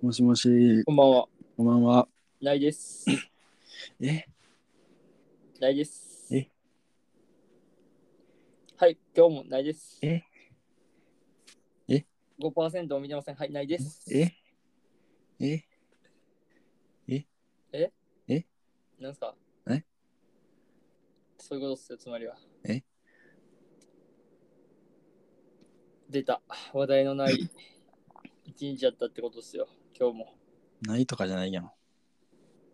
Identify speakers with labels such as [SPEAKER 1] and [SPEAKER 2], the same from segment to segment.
[SPEAKER 1] もしもし、
[SPEAKER 2] こんばんは。
[SPEAKER 1] こんばんは。
[SPEAKER 2] ライです。
[SPEAKER 1] え
[SPEAKER 2] ライです。
[SPEAKER 1] え
[SPEAKER 2] はい、今日もないです。
[SPEAKER 1] ええ
[SPEAKER 2] ?5% を見てません。はい、ないです。
[SPEAKER 1] ええ
[SPEAKER 2] なんすか
[SPEAKER 1] え
[SPEAKER 2] そういうことっすよ、つまりは。
[SPEAKER 1] え
[SPEAKER 2] 出た。話題のない 一日やったってことっすよ、今日も。
[SPEAKER 1] ないとかじゃないやん。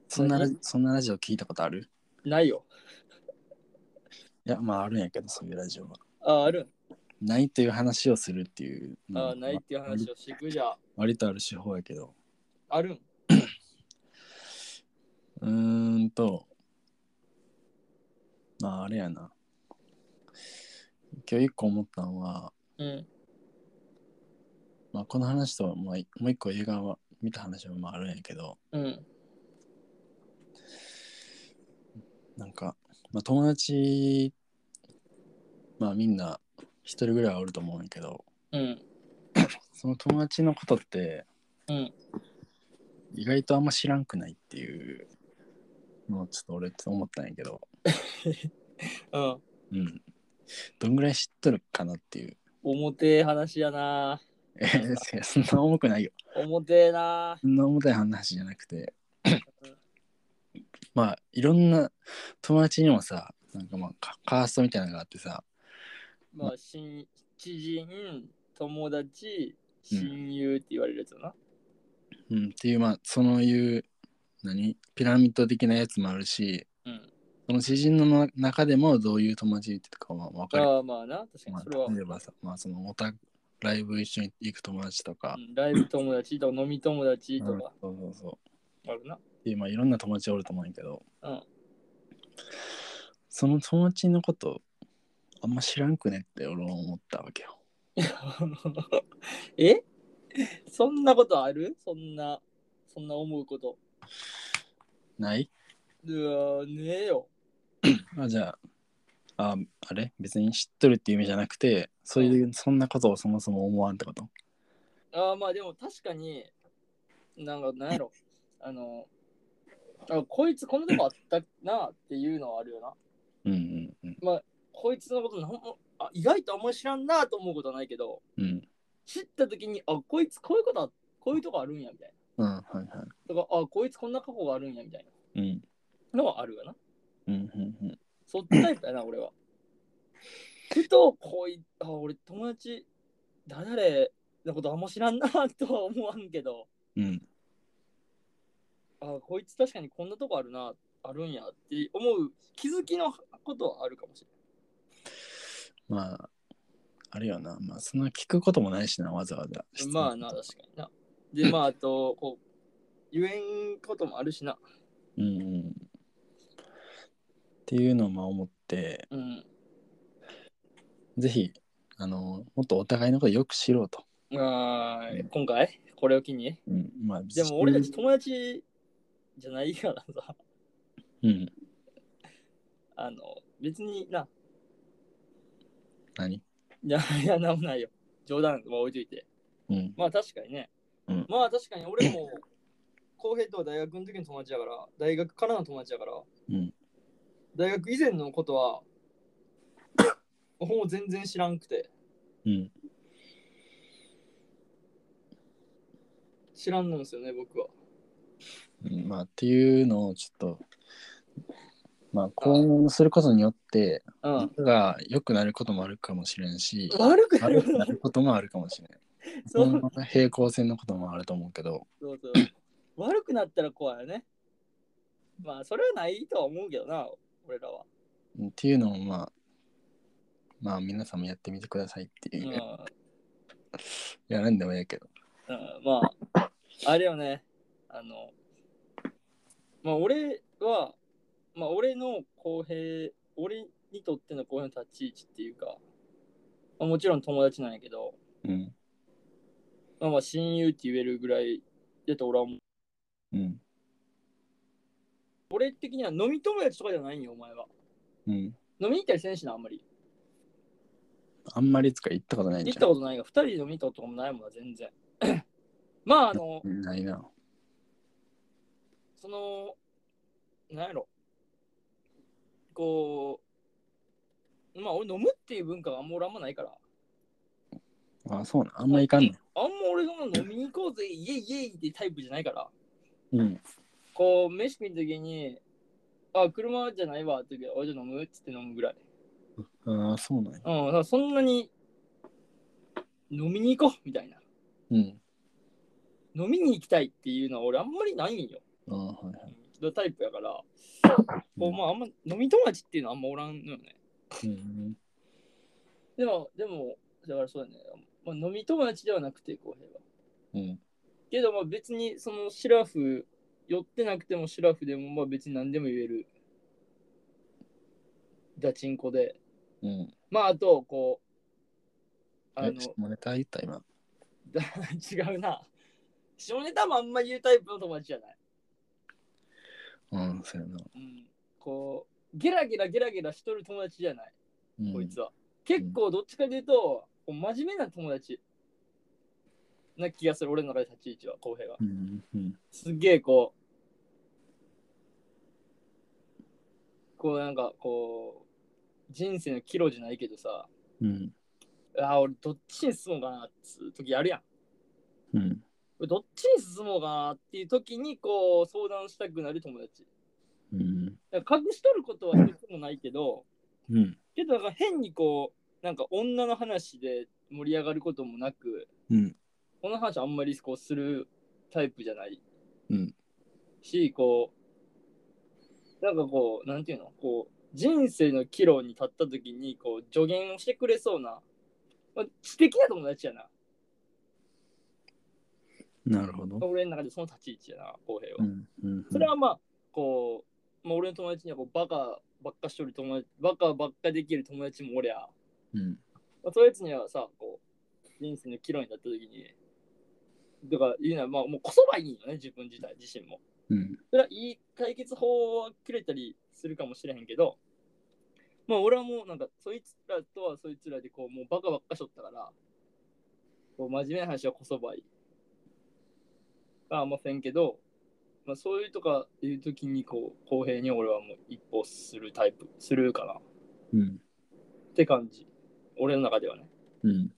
[SPEAKER 1] そんなラジそんなラジオ聞いたことある
[SPEAKER 2] ないよ。
[SPEAKER 1] いや、まああるんやけど、そういうラジオは。
[SPEAKER 2] あ、ある。
[SPEAKER 1] ないという話をするっていうんのは。
[SPEAKER 2] あ、ないっていう話をしてくじゃあ。
[SPEAKER 1] 割とある手法やけど。
[SPEAKER 2] あるん。
[SPEAKER 1] うーんと、まああれやな。今日一個思ったのは、
[SPEAKER 2] うん。
[SPEAKER 1] まあこの話とはもういもう一個映画は見た話もまああるんやけど、
[SPEAKER 2] うん。
[SPEAKER 1] なんか、まあ友達、まあみんな一人ぐらいはおると思うんやけど、
[SPEAKER 2] うん。
[SPEAKER 1] その友達のことって、
[SPEAKER 2] うん
[SPEAKER 1] 意外とあんま知らんくないっていうのをちょっと俺って思ったんやけど、
[SPEAKER 2] うん。
[SPEAKER 1] うん、どんぐらい知っとるかなっていう。
[SPEAKER 2] 表話やな
[SPEAKER 1] えーそんな重くないよ。
[SPEAKER 2] 表な
[SPEAKER 1] そんな重たい話じゃなくて。まあいろんな友達にもさ、なんかまあカカーストみたいなのがあってさ、
[SPEAKER 2] まあ親知人友達
[SPEAKER 1] うん
[SPEAKER 2] 親友って言われるやつだな、
[SPEAKER 1] うん、っていうまあそのいう何ピラミッド的なやつもあるし、
[SPEAKER 2] うん
[SPEAKER 1] その知人の中でもどういう友達とかは分かる
[SPEAKER 2] ああまあな確か
[SPEAKER 1] まあ
[SPEAKER 2] にそれは、、
[SPEAKER 1] 例えばさ、まあ、そのおたライブ一緒に行く友達とか
[SPEAKER 2] う、んライブ友達とか飲み友達とか
[SPEAKER 1] うんそうそうそ
[SPEAKER 2] あるな
[SPEAKER 1] う。で、まあ、いろんな友達おると思うんやけど、
[SPEAKER 2] うん
[SPEAKER 1] その友達のこと、あんま知らんくねって俺は思ったわけよ。
[SPEAKER 2] えそんなことあるそんなそんな思うこと
[SPEAKER 1] ないう
[SPEAKER 2] わねえよ
[SPEAKER 1] あじゃあ、ああれ別に知っとるっていう意味じゃなくて、そういう、そんなことをそもそも思わんってこと
[SPEAKER 2] ああまあでも確かになんかなんやろあのあこいつこんなとこあったなっていうのはあるよな
[SPEAKER 1] うんうんうん。
[SPEAKER 2] こいつのことなんもあ意外とあんまり知らんなと思うことはないけど
[SPEAKER 1] うん。
[SPEAKER 2] 知った時にあこいつこういうことあこういうとこあるんやみたい
[SPEAKER 1] うん、はいはい。
[SPEAKER 2] なとかあこいつこんな過去があるんやみたい
[SPEAKER 1] うん。
[SPEAKER 2] なのはあるよな
[SPEAKER 1] うんうんうん。
[SPEAKER 2] そっちタイプやな俺はふとこいあ俺友達誰々のことあんま知らんなとは思わんけど
[SPEAKER 1] うん。
[SPEAKER 2] あこいつ確かにこんなとこあるなあるんやって思う気づきのことはあるかもしれない
[SPEAKER 1] まあ、あれよな。まあ、そんな聞くこともないしな、わざわざ。
[SPEAKER 2] まあな確かになでまああとこう言えんこともあるしな
[SPEAKER 1] うんうん。っていうのをまあ思って、
[SPEAKER 2] うん
[SPEAKER 1] ぜひ、あの、もっとお互いのことよく知ろうと。
[SPEAKER 2] あ
[SPEAKER 1] う
[SPEAKER 2] ー
[SPEAKER 1] ん
[SPEAKER 2] 今回これを機に
[SPEAKER 1] うん。まあ、
[SPEAKER 2] でも俺たち友達じゃないからさ、
[SPEAKER 1] うん。
[SPEAKER 2] あの、別にな、
[SPEAKER 1] 何
[SPEAKER 2] いや、いや、なんもないよ。冗談は置いといて。
[SPEAKER 1] うん。
[SPEAKER 2] まあ確かにね。
[SPEAKER 1] うん
[SPEAKER 2] まあ確かに俺も、浩平とは大学の時の友達だから、大学からの友達だから、
[SPEAKER 1] うん
[SPEAKER 2] 大学以前のことは、 ほぼ全然知らんくて、
[SPEAKER 1] うん。
[SPEAKER 2] 知らんのですよね、僕は。
[SPEAKER 1] うん、まあ、っていうのをちょっと、まあ、こうすることによって、
[SPEAKER 2] うん。
[SPEAKER 1] が良くなることもあるかもしれんし、
[SPEAKER 2] 悪くな
[SPEAKER 1] 悪
[SPEAKER 2] る
[SPEAKER 1] くなることもあるかもしれん。 そ
[SPEAKER 2] そ
[SPEAKER 1] うの平行線のこともあると思うけど、
[SPEAKER 2] そう そう。悪くなったら怖いよね。まあ、それはないとは思うけどな、俺らは。
[SPEAKER 1] うんっていうのをまあ、まあ、皆さんもやってみてくださいって
[SPEAKER 2] う
[SPEAKER 1] いう。
[SPEAKER 2] ん。う
[SPEAKER 1] いや、なんでもええけど。
[SPEAKER 2] ん、まあ、あれよね。あの、まあ、俺は、まあ、俺の公平、俺にとっての公平の立ち位置っていうか、まあ、もちろん友達なんやけど、
[SPEAKER 1] うん。
[SPEAKER 2] まあ、まあ親友って言えるぐらいやと俺は思う。
[SPEAKER 1] うん。
[SPEAKER 2] 俺的には飲み友達とかじゃないんよ、お前は。
[SPEAKER 1] うん。
[SPEAKER 2] 飲みに行ったりせんしな、あんまり。
[SPEAKER 1] あんまりつか行ったことないんじゃ
[SPEAKER 2] 行っ
[SPEAKER 1] ん。
[SPEAKER 2] たことないが、二人で飲みに行ったこともないもんな、全然。 まあ、あの、
[SPEAKER 1] ないな。
[SPEAKER 2] その、なんやろ、こう、まあ、俺飲むっていう文化があんま俺あんまないから、
[SPEAKER 1] あ、そうなん。あんまいかんね
[SPEAKER 2] あんま俺そんな飲みに行こうぜ、イエイイエイってタイプじゃないから、
[SPEAKER 1] ん。うん。
[SPEAKER 2] こう、飯食いの時に、あ、車じゃないわって言うけど、あ、じゃあ飲むっつって飲むぐらい。
[SPEAKER 1] ああ、そうなんや。
[SPEAKER 2] うん、だからそんなに、飲みに行こうみたいな。
[SPEAKER 1] うん。
[SPEAKER 2] 飲みに行きたいっていうのは俺あんまりないんよ。
[SPEAKER 1] ああ、はいは
[SPEAKER 2] のタイプやから、
[SPEAKER 1] う
[SPEAKER 2] こうんまああんま飲み友達っていうのはあんまおらんのよね。
[SPEAKER 1] い。うん。
[SPEAKER 2] でも、でも、だからそうだね。まあ、飲み友達ではなくて、浩平は。
[SPEAKER 1] うん。
[SPEAKER 2] けど、まあ別にそのシラフ、寄ってなくてもシラフでも、まあ別に何でも言える。ダチンコで。
[SPEAKER 1] うん。
[SPEAKER 2] まああと、こう、あ
[SPEAKER 1] え、
[SPEAKER 2] の、
[SPEAKER 1] 下ネタ言った今。
[SPEAKER 2] だ違うな。下ネタもあんま言うタイプの友達じゃない。
[SPEAKER 1] うん、そうやな。
[SPEAKER 2] うん。こう、ゲラゲラゲラゲラしとる友達じゃない。
[SPEAKER 1] うん、
[SPEAKER 2] こいつは。結構どっちかというと、こう真面目な友達な気がする、俺の中で立ち位置は、浩平は。
[SPEAKER 1] うん。うん。
[SPEAKER 2] すっげえこう、こうなんかこう、人生の岐路じゃないけどさ、
[SPEAKER 1] うん。
[SPEAKER 2] ああ、俺どっちに進もうかなって時あるやん。
[SPEAKER 1] うん。
[SPEAKER 2] 俺どっちに進もうかなっていう時にこう相談したくなる友達。
[SPEAKER 1] うん。
[SPEAKER 2] だから隠しとることは一つもないけど、
[SPEAKER 1] うん。
[SPEAKER 2] けどなんか変にこう、なんか女の話で盛り上がることもなく、
[SPEAKER 1] うん。
[SPEAKER 2] この話あんまりこうするタイプじゃない、
[SPEAKER 1] うん
[SPEAKER 2] しこうなんかこうなんていうのこう人生の岐路に立った時にこう助言をしてくれそうな、まあ、知的な友達やな
[SPEAKER 1] なるほど。
[SPEAKER 2] 俺の中でその立ち位置やな浩平は、
[SPEAKER 1] うん。うん。
[SPEAKER 2] それはまあこう、まあ、俺の友達にはこうバカばっかしとる友達バカばっかできる友達もおりゃ、
[SPEAKER 1] うん。
[SPEAKER 2] まあ、そういうやつにはさこう人生の岐路に立った時にだからいうのはまあもうこそばいいよね自分自体自身も
[SPEAKER 1] うん。
[SPEAKER 2] それはいい解決法はくれたりするかもしれへんけど、まあ俺はもうなんかそいつらとはそいつらでこうもうバカばっかしょったから、こう真面目な話はこそばい。ああんませんけど、まあそういうとかいう時にこう公平に俺はもう一歩するタイプ、するかなっ
[SPEAKER 1] うん。
[SPEAKER 2] て感じ。俺の中ではね。
[SPEAKER 1] うん。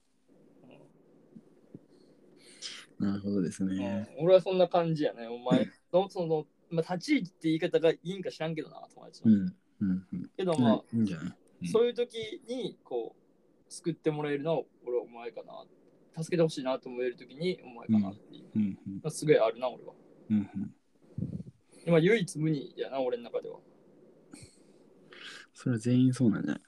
[SPEAKER 1] なるほどです
[SPEAKER 2] うん
[SPEAKER 1] ね。
[SPEAKER 2] 俺はそんな感じやね。お前、のその、まあ立ち位置って言い方がいいんか知らんけどな、友達
[SPEAKER 1] う
[SPEAKER 2] の。
[SPEAKER 1] ん。うん。うん。
[SPEAKER 2] けどまあ、
[SPEAKER 1] いいんじゃないうん
[SPEAKER 2] そういう時にこう救ってもらえるのは俺はお前かな助けてほしいなと思える時にお前かなってい
[SPEAKER 1] う
[SPEAKER 2] う、
[SPEAKER 1] ん。うん
[SPEAKER 2] すごいあるな俺は
[SPEAKER 1] うん。うん。
[SPEAKER 2] 今唯一無二やな俺の中では
[SPEAKER 1] それは全員そうなんじゃない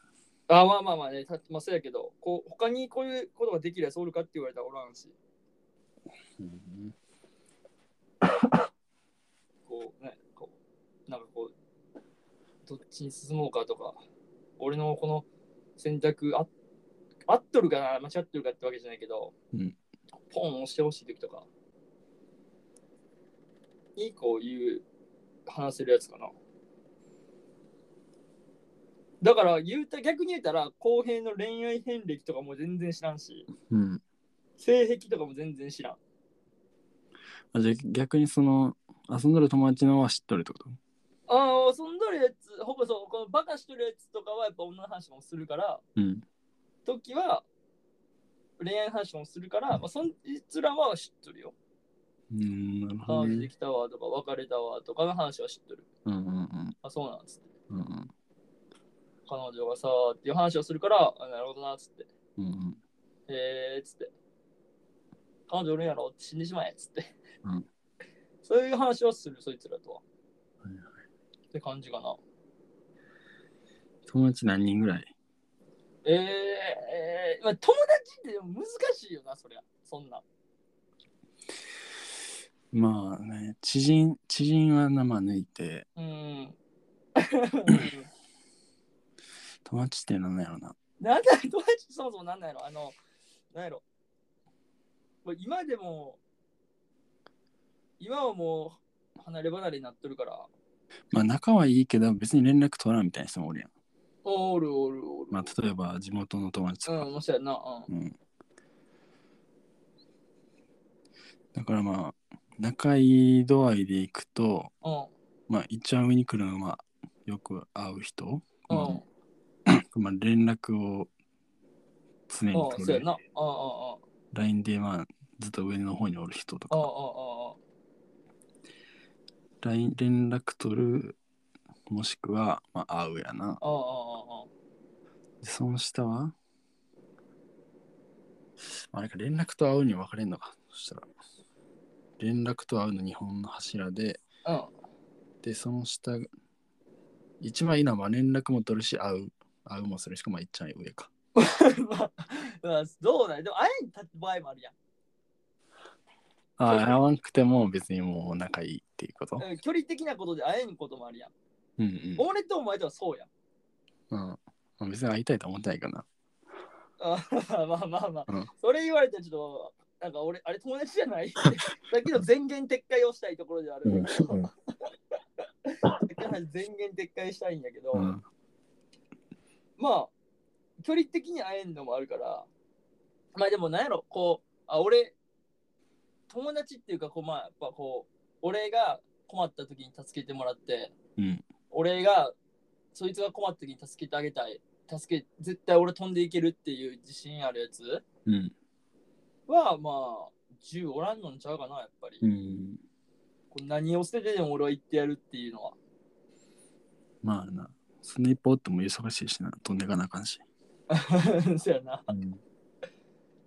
[SPEAKER 2] あまあまあまあねたまあそうやけどこう他にこういうことができるやつおるかって言われたらおらんし
[SPEAKER 1] うん。
[SPEAKER 2] こうねこうなんかこうどっちに進もうかとか俺のこの選択あ合っとるかな間違ってるかってわけじゃないけど、
[SPEAKER 1] うん
[SPEAKER 2] ポン押してほしい時とかにこういう話せるやつかなだから言うた逆に言うたら公平の恋愛遍歴とかも全然知らんし
[SPEAKER 1] うん。
[SPEAKER 2] 性癖とかも全然知らん
[SPEAKER 1] あじゃあ逆にその、遊んどる友達のは知っとるってこと
[SPEAKER 2] ああ、遊んどるやつ、ほぼそう、このバカしとるやつとかはやっぱ女の話もするから、
[SPEAKER 1] うん。
[SPEAKER 2] 時は恋愛の話もするから、まあ、そんいつらは知っとるよ。
[SPEAKER 1] うん。なるほど
[SPEAKER 2] 話で
[SPEAKER 1] ね。
[SPEAKER 2] きたわとか、別れたわとかの話は知っとる。
[SPEAKER 1] うんうんうん。
[SPEAKER 2] あ、そうなんつって。
[SPEAKER 1] うんうん
[SPEAKER 2] 彼女がさ、っていう話をするから、あなるほどな、つって。
[SPEAKER 1] うんうん。
[SPEAKER 2] へえー、つって。彼女おるんやろ、死んでしまえ、つって。
[SPEAKER 1] うん
[SPEAKER 2] そういう話をする、そいつらとは。
[SPEAKER 1] はいは
[SPEAKER 2] って感じかな。
[SPEAKER 1] 友達何人ぐらい
[SPEAKER 2] えーえーまあ、友達ってでも難しいよな、そりゃ。そんな。
[SPEAKER 1] まあね、知人、知人は生抜いて、
[SPEAKER 2] うーん。
[SPEAKER 1] 友達ってなんなんやろな。
[SPEAKER 2] なんだ友達ってそもそもなんなんやろあの、なんやろもう今でも、今はもう離れ離れになっとるから、
[SPEAKER 1] まあ仲はいいけど、別に連絡取らんみたいな人もおるやん。
[SPEAKER 2] おるおるおる。
[SPEAKER 1] まあ例えば地元の友達と
[SPEAKER 2] うん、
[SPEAKER 1] か。
[SPEAKER 2] 面白いな。うん
[SPEAKER 1] うん。だからまあ仲いい度合いでいくと
[SPEAKER 2] うん。
[SPEAKER 1] まあ一番上に来るのはまあよく会う人、
[SPEAKER 2] う
[SPEAKER 1] まあ
[SPEAKER 2] ん。
[SPEAKER 1] まあ、連絡を常に
[SPEAKER 2] うん。
[SPEAKER 1] 取
[SPEAKER 2] そうや
[SPEAKER 1] る
[SPEAKER 2] な。うんうんうん。
[SPEAKER 1] LINE でまあずっと上の方におる人と
[SPEAKER 2] あああ
[SPEAKER 1] か LINE 連絡取るもしくはまあ会うやな
[SPEAKER 2] ああああああ
[SPEAKER 1] でその下はあれか連絡と会うに分かれんのかそしたら連絡と会うの2本の柱で
[SPEAKER 2] ああ
[SPEAKER 1] でその下が一番いいのはまあ連絡も取るし会う会うもするしかもまあいっちゃん上か
[SPEAKER 2] うん まあどうだいでもあえに立つ場合もあるやん
[SPEAKER 1] あ
[SPEAKER 2] そう
[SPEAKER 1] あ会わんくても別にもう仲いいっていうこと
[SPEAKER 2] うん距離的なことであえにこともあるやん
[SPEAKER 1] うんうん
[SPEAKER 2] 俺とお前と はそうやん
[SPEAKER 1] うんまあ別に会いたいと思ってないかな
[SPEAKER 2] あまあまあまあ、
[SPEAKER 1] うん
[SPEAKER 2] それ言われたらちょっとなんか俺あれ友達じゃない だけど全言撤回をしたいところではあるんだけど、
[SPEAKER 1] うんうん
[SPEAKER 2] 全言撤回したいんだけど、
[SPEAKER 1] うん
[SPEAKER 2] まあ距離的に会えんのもあるからまあでもなんやろこうあ俺友達っていうかこうまあやっぱこう俺が困った時に助けてもらって
[SPEAKER 1] うん
[SPEAKER 2] 俺がそいつが困った時に助けてあげたい助け絶対俺飛んでいけるっていう自信あるやつ
[SPEAKER 1] うん
[SPEAKER 2] はまあ10おらんのんちゃうかなやっぱり、
[SPEAKER 1] うん
[SPEAKER 2] こう何を捨ててでも俺は言ってやるっていうのは
[SPEAKER 1] まあなその一方っても忙しいしな飛んでかなあかんし、
[SPEAKER 2] そうやな、
[SPEAKER 1] うん、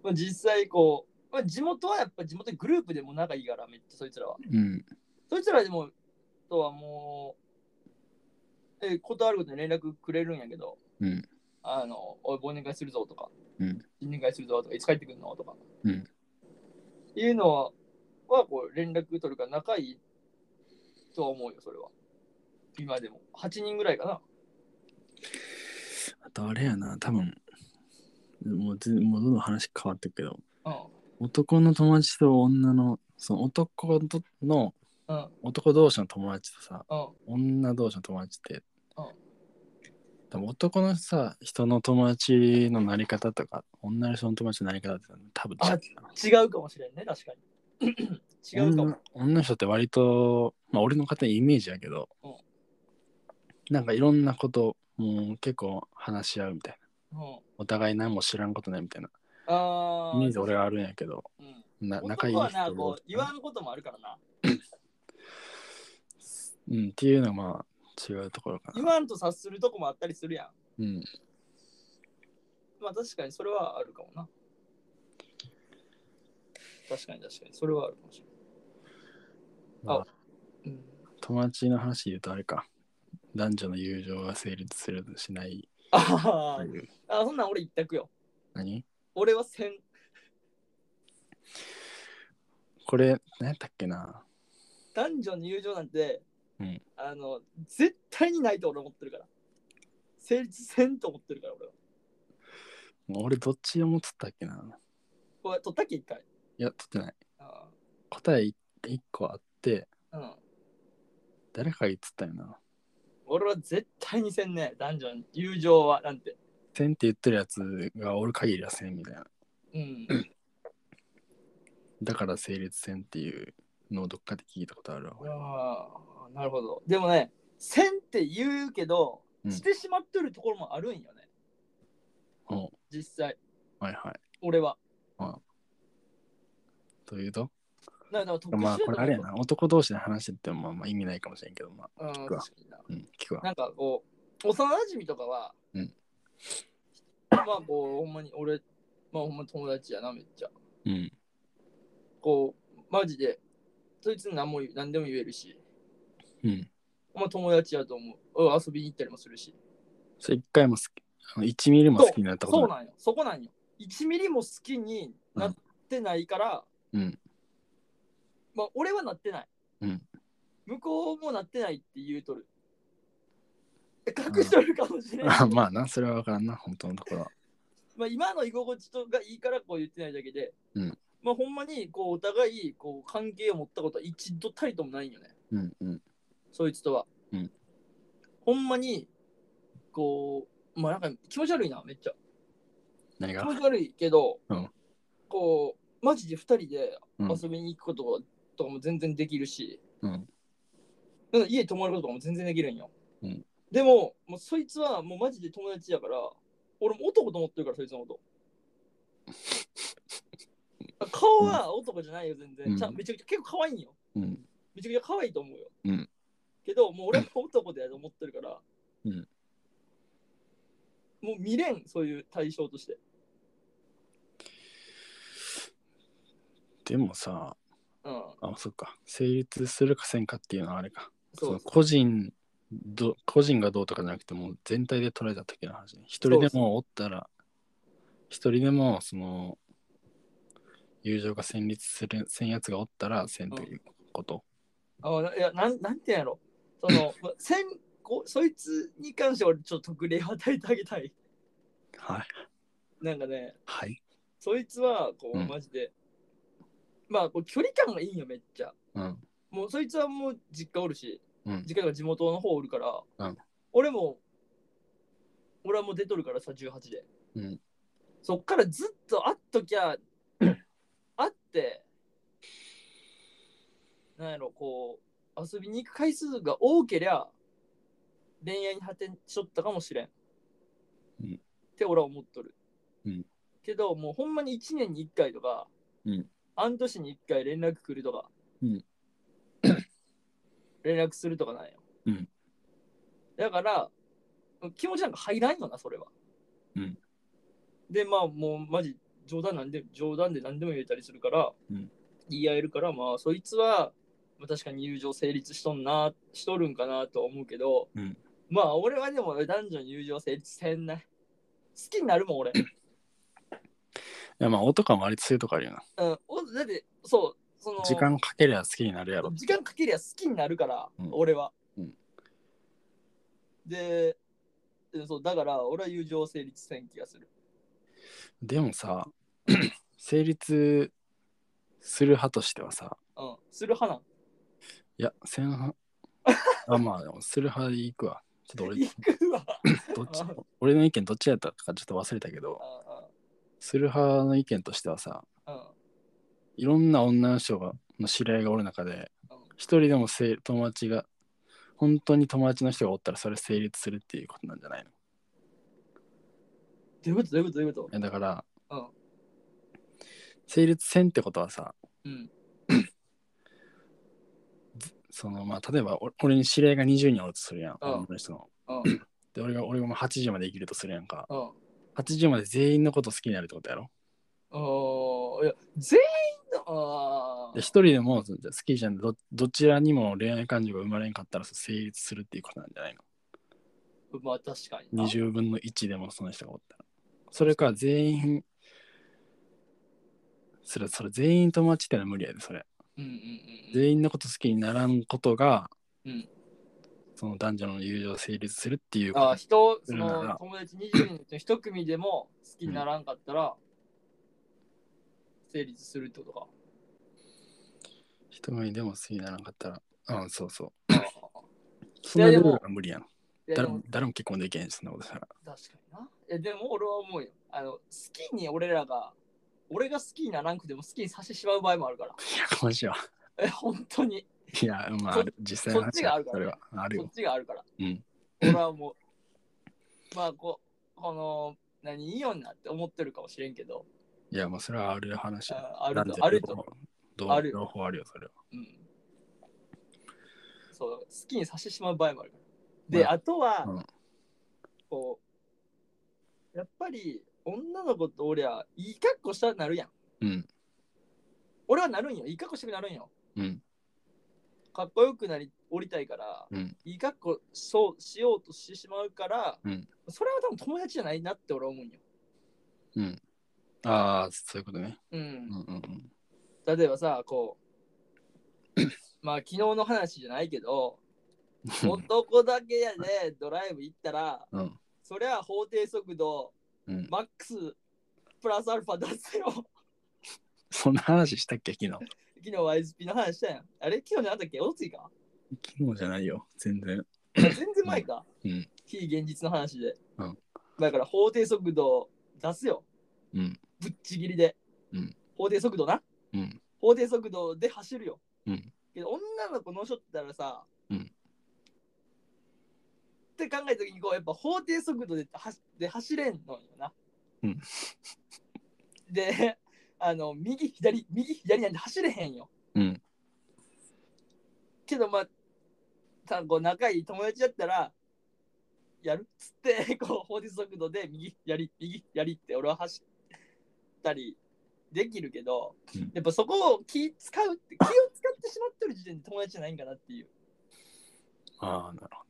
[SPEAKER 2] まあ、実際こう、まあ、地元はやっぱ地元にグループでも仲いいからめっちゃそいつらは
[SPEAKER 1] うん
[SPEAKER 2] そいつらでもとはもうえことあることに連絡くれるんやけど
[SPEAKER 1] うん
[SPEAKER 2] あのおい忘年会するぞとか、
[SPEAKER 1] うん
[SPEAKER 2] 新年会するぞとかいつ帰ってくるのとか、
[SPEAKER 1] うん
[SPEAKER 2] っていうのははこう連絡取るから仲いいとは思うよそれは今でも8人ぐらいかな
[SPEAKER 1] あとあれやな多分もうずもうどんどん話変わってくけど
[SPEAKER 2] う
[SPEAKER 1] 男の友達と女のその男との
[SPEAKER 2] んうん
[SPEAKER 1] 男同士の友達とさ
[SPEAKER 2] うん
[SPEAKER 1] 女同士の友達って、
[SPEAKER 2] うん
[SPEAKER 1] 多分男のさ人の友達のなり方とか女の人の友達のなり方って多分違うな
[SPEAKER 2] 違うかもしれんね確かに違うかも
[SPEAKER 1] 女女の人って割と、まあ、俺の方にイメージやけど、
[SPEAKER 2] うん
[SPEAKER 1] なんかいろんなこともう結構話し合うみたいな
[SPEAKER 2] うん
[SPEAKER 1] お互い何も知らんことないみたいな
[SPEAKER 2] あ
[SPEAKER 1] イメージ
[SPEAKER 2] ー
[SPEAKER 1] 俺はあるんやけど
[SPEAKER 2] うん
[SPEAKER 1] な仲
[SPEAKER 2] 仲
[SPEAKER 1] い
[SPEAKER 2] い
[SPEAKER 1] い
[SPEAKER 2] い
[SPEAKER 1] 人
[SPEAKER 2] はなこ
[SPEAKER 1] 多
[SPEAKER 2] う
[SPEAKER 1] い
[SPEAKER 2] 言わんこともあるからな
[SPEAKER 1] うん、っていうのはまあ違うところか
[SPEAKER 2] 言
[SPEAKER 1] な、
[SPEAKER 2] わんと察するとこもあったりするやん
[SPEAKER 1] うん、
[SPEAKER 2] まあ確かにそれはあるかもな。確かに確かにそれはあるかもしれない。
[SPEAKER 1] ま
[SPEAKER 2] あ
[SPEAKER 1] あ、
[SPEAKER 2] うん、
[SPEAKER 1] 友達の話で言うとあれか男女の友情が成立するしない
[SPEAKER 2] あ
[SPEAKER 1] と
[SPEAKER 2] ー
[SPEAKER 1] いう
[SPEAKER 2] あ、そんなん 俺一択よ。
[SPEAKER 1] 何
[SPEAKER 2] 俺はせん。
[SPEAKER 1] これ何やったっけな
[SPEAKER 2] 男女の友情なんて、
[SPEAKER 1] うん
[SPEAKER 2] あの、絶対にないと俺思ってるから。成立せんと思ってるから俺は。
[SPEAKER 1] 俺どっちを持つったっけな
[SPEAKER 2] これ取ったっけ一回。
[SPEAKER 1] いや取ってない
[SPEAKER 2] あ
[SPEAKER 1] 答え1個あって
[SPEAKER 2] ーうん。
[SPEAKER 1] 誰かが言ってたよな
[SPEAKER 2] 俺は絶対にせんね。男女の友情はなんて。
[SPEAKER 1] せんって言ってるやつがおる限りはせんみたいな
[SPEAKER 2] うん。
[SPEAKER 1] だから成立せんっていうのをどっかで聞いたことあるわ俺
[SPEAKER 2] ああ、なるほど。でもね、せんって言うけど、
[SPEAKER 1] うん
[SPEAKER 2] してしまってるところもあるんよね、
[SPEAKER 1] お
[SPEAKER 2] 実際、
[SPEAKER 1] はいはい
[SPEAKER 2] 俺は。
[SPEAKER 1] というと
[SPEAKER 2] だから特殊
[SPEAKER 1] まあ
[SPEAKER 2] だと
[SPEAKER 1] こ
[SPEAKER 2] 思う
[SPEAKER 1] れあれやな男同士で話しててもまあまあ意味ないかもしれんけどまあ
[SPEAKER 2] うん、
[SPEAKER 1] 聞
[SPEAKER 2] 確
[SPEAKER 1] く
[SPEAKER 2] か
[SPEAKER 1] わ
[SPEAKER 2] にな。
[SPEAKER 1] うん聞くわ
[SPEAKER 2] なんかこう、幼馴染とかは、
[SPEAKER 1] うん
[SPEAKER 2] まあこう、ほんまに俺、まあほんま友達やな、めっちゃ。
[SPEAKER 1] うん
[SPEAKER 2] こう、マジで、そいつに何も言う何でも言えるし、
[SPEAKER 1] うん
[SPEAKER 2] まあ友達やと思う。うん遊びに行ったりもするし。
[SPEAKER 1] それ一回も好きあの1ミリも好きになったこ
[SPEAKER 2] そう
[SPEAKER 1] とない
[SPEAKER 2] なんよ。そこなんよ。1ミリも好きになってないから、
[SPEAKER 1] うん
[SPEAKER 2] まあ、俺はなってない。
[SPEAKER 1] うん
[SPEAKER 2] 向こうもなってないって言うとる。隠しとるかもしれない。
[SPEAKER 1] あ まあなそれは分からんな本当のところは
[SPEAKER 2] まあ今の居心地とがいいからこう言ってないだけで、
[SPEAKER 1] うん
[SPEAKER 2] まあ、ほんまにこうお互いこう関係を持ったことは一度たりともないんよね。
[SPEAKER 1] うんうん
[SPEAKER 2] そいつとは。
[SPEAKER 1] うん
[SPEAKER 2] ほんまに、こう、まあなんか気持ち悪いな、めっちゃ。
[SPEAKER 1] 何が
[SPEAKER 2] 気持ち悪いけど、
[SPEAKER 1] うん
[SPEAKER 2] こうマジで2人で
[SPEAKER 1] うん
[SPEAKER 2] 遊びに行くこととかも全然できるし、
[SPEAKER 1] うん
[SPEAKER 2] だから家に泊まることとかも全然できるんよ。
[SPEAKER 1] うん
[SPEAKER 2] でも、もうそいつはもうマジで友達やから、俺も男と思ってるから、そいつの こと。顔は男じゃないよ、全然。
[SPEAKER 1] うん
[SPEAKER 2] ちゃんめちゃくちゃ結構可愛いんよ。
[SPEAKER 1] うん
[SPEAKER 2] めちゃくちゃ可愛いと思うよ。
[SPEAKER 1] うん
[SPEAKER 2] けど、もう俺は男だと思ってるから、
[SPEAKER 1] うん
[SPEAKER 2] もう見れん、そういう対象として。
[SPEAKER 1] でもさ
[SPEAKER 2] うん、
[SPEAKER 1] あそっか成立するかせんかっていうのはあれか
[SPEAKER 2] そう
[SPEAKER 1] その個人ど個人がどうとかじゃなくてもう全体で捉えた時の話ね一人でもおったら一人でもその友情が成立するせんやつがおったらせんということ、
[SPEAKER 2] あないやなんなんていうんやろそのませんこそいつに関しては俺ちょっと特例を与えてあげたい
[SPEAKER 1] はい
[SPEAKER 2] なんかね
[SPEAKER 1] はい
[SPEAKER 2] そいつはこう、
[SPEAKER 1] うん
[SPEAKER 2] マジでまあこう距離感がいいんよめっちゃ
[SPEAKER 1] うん
[SPEAKER 2] もうそいつはもう実家おるし
[SPEAKER 1] うん
[SPEAKER 2] 実家が地元の方おるから、
[SPEAKER 1] うん
[SPEAKER 2] 俺も俺はもう出とるからさ18で、
[SPEAKER 1] うん
[SPEAKER 2] そっからずっと会っと きゃ会ってなんやろこう遊びに行く回数が多けりゃ恋愛に発展しとったかもしれん、
[SPEAKER 1] うん
[SPEAKER 2] って俺は思っとる、
[SPEAKER 1] うん
[SPEAKER 2] けどもうほんまに1年に1回とか、
[SPEAKER 1] うん
[SPEAKER 2] 半年に1回連絡来るとか、
[SPEAKER 1] うん
[SPEAKER 2] 連絡するとかなんよ、
[SPEAKER 1] うん
[SPEAKER 2] だから気持ちなんか入らんよなそれは、
[SPEAKER 1] うん
[SPEAKER 2] でまあもうマジ冗談なんで冗談で何でも言えたりするから、
[SPEAKER 1] うん
[SPEAKER 2] 言い合えるからまあそいつはまあ確かに友情成立しとんなしとるんかなとは思うけど、
[SPEAKER 1] うん
[SPEAKER 2] まあ俺はでも男女に友情成立せんな好きになるもん俺、う、
[SPEAKER 1] いやまあ男は割とそういうとこあるよなん
[SPEAKER 2] おだってそうその
[SPEAKER 1] 時間かけりゃ好きになるやろ
[SPEAKER 2] 時間かけりゃ好きになるから、
[SPEAKER 1] うん
[SPEAKER 2] 俺は、
[SPEAKER 1] うん
[SPEAKER 2] でうんそうだから俺は友情成立せん気がする
[SPEAKER 1] でもさ 成立する派としてはさ
[SPEAKER 2] うんする派
[SPEAKER 1] いやせん 派あまあでもする派でいくわちょっと
[SPEAKER 2] なん
[SPEAKER 1] 俺
[SPEAKER 2] 行くわ
[SPEAKER 1] どっち
[SPEAKER 2] あ
[SPEAKER 1] 俺の意見どっちやったかちょっと忘れたけど
[SPEAKER 2] あ
[SPEAKER 1] する派の意見としてはさ
[SPEAKER 2] あうん
[SPEAKER 1] いろんな女の人がの知り合いがおる中で
[SPEAKER 2] うん
[SPEAKER 1] 一人でもせい友達が本当に友達の人がおったらそれ成立するっていうことなんじゃないの
[SPEAKER 2] どういうことどういうことどういうこ
[SPEAKER 1] いやだから
[SPEAKER 2] とうん
[SPEAKER 1] 成立せんってことはさ
[SPEAKER 2] うん
[SPEAKER 1] そのまあ例えばお俺に知り合いが20人おるとするやん
[SPEAKER 2] うん
[SPEAKER 1] 女の人の
[SPEAKER 2] うん
[SPEAKER 1] で俺が俺がもう8時まで生きるとするやんか
[SPEAKER 2] うん
[SPEAKER 1] 80まで全員のこと好きになるってことやろ
[SPEAKER 2] あーいや全員のあ
[SPEAKER 1] で
[SPEAKER 2] ー
[SPEAKER 1] 一人でもその好きじゃんどどちらにも恋愛感情が生まれんかったらそう成立するっていうことなんじゃない
[SPEAKER 2] まあ確かにな
[SPEAKER 1] の ?20 分の1でもその人がおったら。それか全員それそれ全員友達ってのは無理やでそれ。
[SPEAKER 2] うんうんうん
[SPEAKER 1] 全員のこと好きにならんことが、
[SPEAKER 2] うん
[SPEAKER 1] その男女の友情成立するっていう
[SPEAKER 2] ああー人をそ
[SPEAKER 1] うん
[SPEAKER 2] の友達20人の一組でも好きにならんかったら成立するってことか
[SPEAKER 1] 人目にでも好きにならんかったら。うん、そうそう。
[SPEAKER 2] あー
[SPEAKER 1] そんな
[SPEAKER 2] で
[SPEAKER 1] ルー
[SPEAKER 2] も
[SPEAKER 1] ルが無理やん。
[SPEAKER 2] いやで
[SPEAKER 1] 誰
[SPEAKER 2] も
[SPEAKER 1] も誰も結婚できへんし、そんなことしたら。
[SPEAKER 2] 確かにな。えでも俺は思うよ。あの好きに俺らが、俺が好きにならんくても好きにさせてしまう場合もあるから。
[SPEAKER 1] いや、かましいわ。
[SPEAKER 2] え、本当に。
[SPEAKER 1] いや、まあ、ある実際の
[SPEAKER 2] そっ
[SPEAKER 1] 話
[SPEAKER 2] ち
[SPEAKER 1] だ
[SPEAKER 2] があるから
[SPEAKER 1] それは。ある
[SPEAKER 2] そっ
[SPEAKER 1] よ。
[SPEAKER 2] ちがあるから。
[SPEAKER 1] うん。
[SPEAKER 2] 俺はもう、まあこ、この、何、いいよなって思ってるかもしれんけど、
[SPEAKER 1] いや、まあ、それはある話だ。
[SPEAKER 2] あある
[SPEAKER 1] なんで
[SPEAKER 2] と、あると。。
[SPEAKER 1] 両方
[SPEAKER 2] あるよ
[SPEAKER 1] 両方あるよ、それは。
[SPEAKER 2] うん。そう、好きにさせてしまう場合もあるから。で、
[SPEAKER 1] まあ
[SPEAKER 2] あとは、
[SPEAKER 1] うん
[SPEAKER 2] こう、やっぱり、女の子と俺は、いい格好したらなるやん。
[SPEAKER 1] うん。
[SPEAKER 2] 俺はなるんよ。いい格好したくなるんよ。
[SPEAKER 1] うん。
[SPEAKER 2] かっこよくなり降りたいから、
[SPEAKER 1] うん
[SPEAKER 2] いい格好そうしようとしてしまうから、
[SPEAKER 1] うん
[SPEAKER 2] それは多分友達じゃないなって俺は思うんよ。
[SPEAKER 1] ああ、そういうことね。
[SPEAKER 2] うん
[SPEAKER 1] うんうん
[SPEAKER 2] 例えばさこうまあ昨日の話じゃないけど
[SPEAKER 1] うん。
[SPEAKER 2] 男だけやでドライブ行った ら
[SPEAKER 1] うん。
[SPEAKER 2] そりゃ法定速度
[SPEAKER 1] うん、
[SPEAKER 2] マックスプラスアルファ出せよ 昨
[SPEAKER 1] そんな話したっけ、昨日。
[SPEAKER 2] 日 YSP の話したやんあれ昨日じゃなかったっけおとつ いか
[SPEAKER 1] 昨日じゃないよ、全然。
[SPEAKER 2] あ全然前か、
[SPEAKER 1] うん
[SPEAKER 2] 非現実の話で、
[SPEAKER 1] うん
[SPEAKER 2] だから法定速度出すよ
[SPEAKER 1] うん。
[SPEAKER 2] ぶっちぎりで、
[SPEAKER 1] うん
[SPEAKER 2] 法定速度な。
[SPEAKER 1] うん。
[SPEAKER 2] 法定速度で走るよ。
[SPEAKER 1] うん
[SPEAKER 2] けど女の子のショットだらさ、
[SPEAKER 1] うん
[SPEAKER 2] って考えた時にこうやっぱ法定速度で走で走れんのよな。
[SPEAKER 1] うん
[SPEAKER 2] であの右左右左なんて走れへんよ。
[SPEAKER 1] うん
[SPEAKER 2] けどまあたこう仲いい友達だったらやるっつって こう法定速度で右左右左って俺は走ったりできるけど。やっぱそこを気使うって気を使ってしまってる時点で友達じゃないんかなっていう。
[SPEAKER 1] ああ、なるほ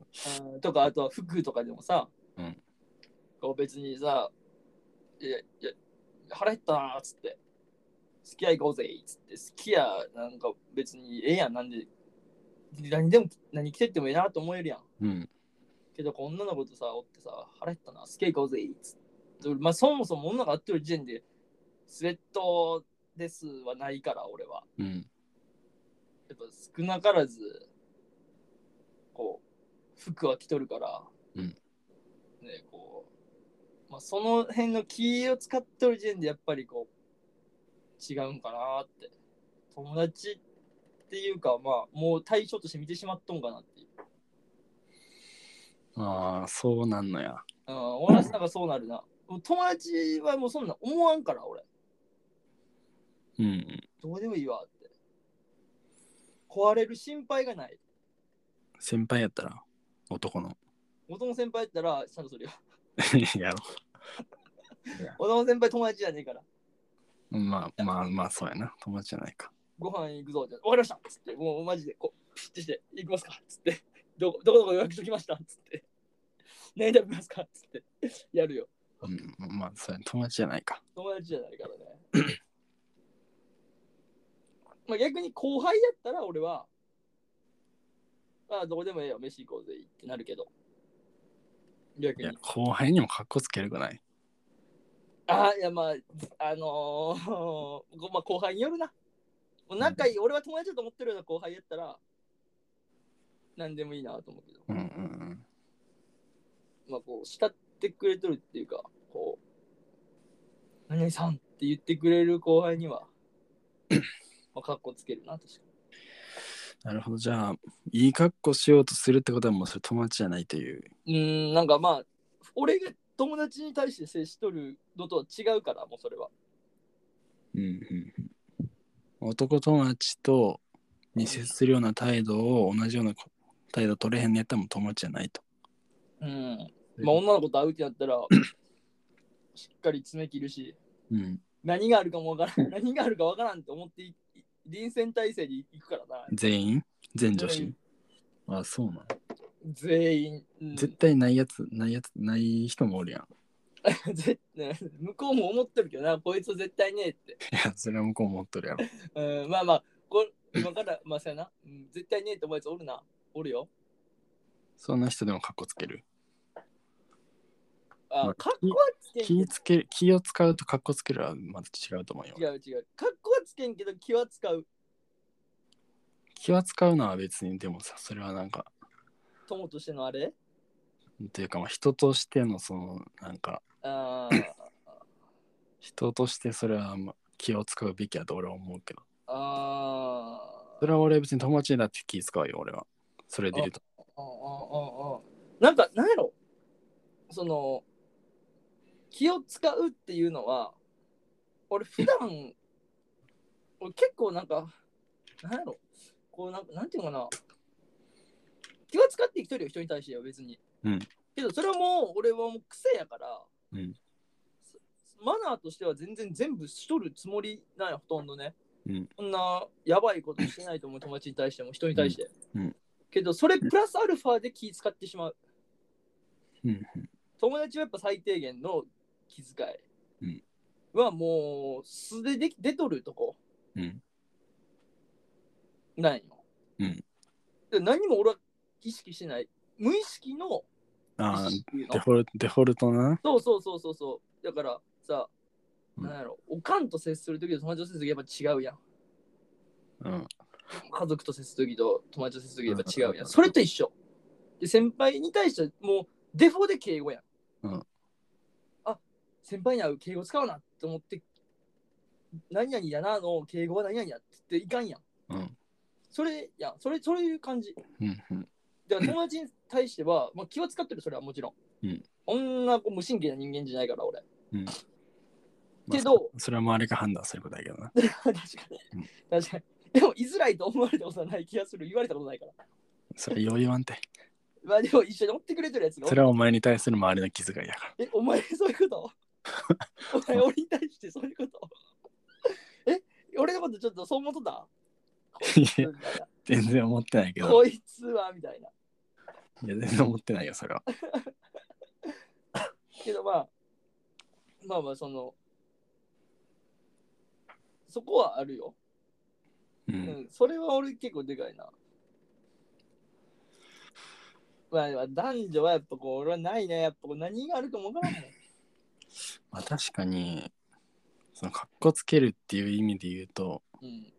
[SPEAKER 2] うんとかあとは服とかでもさ、
[SPEAKER 1] うん
[SPEAKER 2] こう別にさ「いやいや腹減ったな」っつって「好き合行こうぜ」っつって「好きやなんか別にええやんなんで何でも何着てってもええなと思えるやん。
[SPEAKER 1] ど。うん。
[SPEAKER 2] けどこう女の子とさおってさ腹減ったなスケ行こうぜっつって俺まあそもそも女が合ってる時点でスウェットですはないから俺は。
[SPEAKER 1] うん。
[SPEAKER 2] やっぱ少なからずこう服は着とるから、
[SPEAKER 1] うん
[SPEAKER 2] ねこうまあ、その辺の気を使っとる時点でやっぱりこう違うんかなって友達っていうかまあもう対象として見てしまっとんかなっていう、
[SPEAKER 1] ああ、そうなんのや。
[SPEAKER 2] うん、俺はなんかそうなるなもう友達はもうそんな思わんから俺
[SPEAKER 1] うん。
[SPEAKER 2] どうでもいいわって壊れる心配がない
[SPEAKER 1] 先輩やったら、男の。
[SPEAKER 2] 元の先輩やったらちゃんとそれよ
[SPEAKER 1] やろ
[SPEAKER 2] 元の先輩友達じゃねえから
[SPEAKER 1] う。まあまあまあ、そうやな。友達じゃないか。
[SPEAKER 2] ご飯行くぞって、終わかりましたっつって、もうマジでこう、ピシッてして、行きますかっつって、どこどこどこ予約しときましたっつって、何食べますかっつって、やるよ。
[SPEAKER 1] うん。まあ、そうや。友達じゃないか。
[SPEAKER 2] 友達じゃないからね。まあ逆に後輩やったら俺は、まあどこでもええよ、飯行こうぜってなるけど。逆
[SPEAKER 1] いや
[SPEAKER 2] に。、
[SPEAKER 1] 後輩にもかっこつけるくない。
[SPEAKER 2] ああ、いやまあ、あのー ごまあ後輩によるな。もう仲いい、俺は友達だと思ってるような後輩やったら、何でもいいなと思うけど。
[SPEAKER 1] うんうん
[SPEAKER 2] まあ、こう慕ってくれとるっていうかこう「何々さん」って言ってくれる後輩に はまあかっこつけるな確か
[SPEAKER 1] うん。なるほど。じゃあ、いい格好しようとするってことはもうそれ友達じゃないという。
[SPEAKER 2] にうーんなんかまあ俺が友達に対して接しとるのとは違うからもうそれは
[SPEAKER 1] うんうんうん。男友達とに接するような態度を同じようなこ態度取れへんのやったらもう友達じゃないと。
[SPEAKER 2] うんまあ女の子と会うってなった らしっかり爪切るし
[SPEAKER 1] うん。
[SPEAKER 2] 何があるかもわからん何があるかわからんって思っていい臨戦態勢に行くからな
[SPEAKER 1] 全員全女
[SPEAKER 2] 全
[SPEAKER 1] 子
[SPEAKER 2] 員。
[SPEAKER 1] あ、そうなの。
[SPEAKER 2] 全員、うん
[SPEAKER 1] 絶対ないやつ、ないやつ、ない人もおるやん。
[SPEAKER 2] 絶対向こうも思ってるけどなこいつ絶対ねえって
[SPEAKER 1] いや、それは向こう思っとるやろ。
[SPEAKER 2] うん、まあまあ、こ今から、まあ、そうやな、うん。絶対ねえと思うやつおるな。おるよ。
[SPEAKER 1] そんな人でもかっこつける。
[SPEAKER 2] あ
[SPEAKER 1] まあ、
[SPEAKER 2] かっこはつけんけ
[SPEAKER 1] 気をつける、気を使うとかっこつけるはまた違うと思うよ。
[SPEAKER 2] ど。違う違う。かっこはつけんけど、気は使う。
[SPEAKER 1] 気は使うのは別に、でもさ、それはなんか、
[SPEAKER 2] 友としてのあれ
[SPEAKER 1] というか、まあ、人としての、その、なんか、
[SPEAKER 2] あー
[SPEAKER 1] 人としてそれは、まあ、気を使うべきやと俺は思うけど。
[SPEAKER 2] あー。
[SPEAKER 1] それは俺は別に友達だって気使うよ、俺は。それで言うと。
[SPEAKER 2] うんうんうんうんなんか、なんやろその、気を使うっていうのは、俺、普段、俺結構なんか、なんやろこうなんか、なんていうのかな。気は使って生きとるよ、人に対しては別に。
[SPEAKER 1] うん
[SPEAKER 2] けど、それはもう、俺はもう癖やから、
[SPEAKER 1] うん
[SPEAKER 2] そマナーとしては全然全部しとるつもりなんや、ほとんどね。
[SPEAKER 1] うん
[SPEAKER 2] そんな、やばいことしてないと思う、友達に対しても、人に対して。
[SPEAKER 1] うん
[SPEAKER 2] けど、それプラスアルファで気使ってしまう。
[SPEAKER 1] うん
[SPEAKER 2] 友達はやっぱ最低限の気遣いはもう素ででき出とるとこ
[SPEAKER 1] うん。
[SPEAKER 2] なんよ。
[SPEAKER 1] うん
[SPEAKER 2] で何も俺は意識してない。無意識の
[SPEAKER 1] ああ
[SPEAKER 2] 意、識っていう
[SPEAKER 1] デ
[SPEAKER 2] の。
[SPEAKER 1] フォルデフォルトな。
[SPEAKER 2] そうそうそうそうそう。だからさ、
[SPEAKER 1] うん
[SPEAKER 2] なんやろ、おかんと接するときと友達と接するときやっぱ違うやん。
[SPEAKER 1] うん。
[SPEAKER 2] 家族と接するときと友達と接するときやっぱ違うや
[SPEAKER 1] うん
[SPEAKER 2] ん。それと一緒。で、先輩に対してはもうデフォで敬語やん。
[SPEAKER 1] うん
[SPEAKER 2] あ、先輩に会う敬語使うなって思って何々やなの敬語は何々やって言っていかんやん。
[SPEAKER 1] うん
[SPEAKER 2] それやん、それ、そういう感じ。
[SPEAKER 1] うんうん
[SPEAKER 2] だから友達に対しては、まあ、気は使ってる、それはもちろ
[SPEAKER 1] う
[SPEAKER 2] ん。
[SPEAKER 1] ん
[SPEAKER 2] 女こう無神経な人間じゃないから、俺。
[SPEAKER 1] うん
[SPEAKER 2] けど、
[SPEAKER 1] それは周りが判断することだけどな。
[SPEAKER 2] 確かに。確かに。でも、居づらいと思われたことはない気がする。言われたことないから。
[SPEAKER 1] それ余裕あんて。
[SPEAKER 2] まあ、でも、一緒に乗ってくれてるやつが
[SPEAKER 1] それはお前に対する周りの気遣いやから。
[SPEAKER 2] え、お前そういうこと お前俺に対してそういうことえ、俺のことちょっとそう思っとった
[SPEAKER 1] い
[SPEAKER 2] み
[SPEAKER 1] や、
[SPEAKER 2] たいな
[SPEAKER 1] 全然思ってないけど。
[SPEAKER 2] こいつはみたいな。
[SPEAKER 1] いや、全然思ってないよ、それは。
[SPEAKER 2] けどまあ、まあまあその、そこはあるよ。
[SPEAKER 1] う。
[SPEAKER 2] うんん、それは俺結構でかいな。まあまあ男女はやっぱこう、俺はないね。やっぱこう何があるかもわからんもん。
[SPEAKER 1] まあ、確かに、その、かっこつけるっていう意味で言うと、
[SPEAKER 2] うん、
[SPEAKER 1] い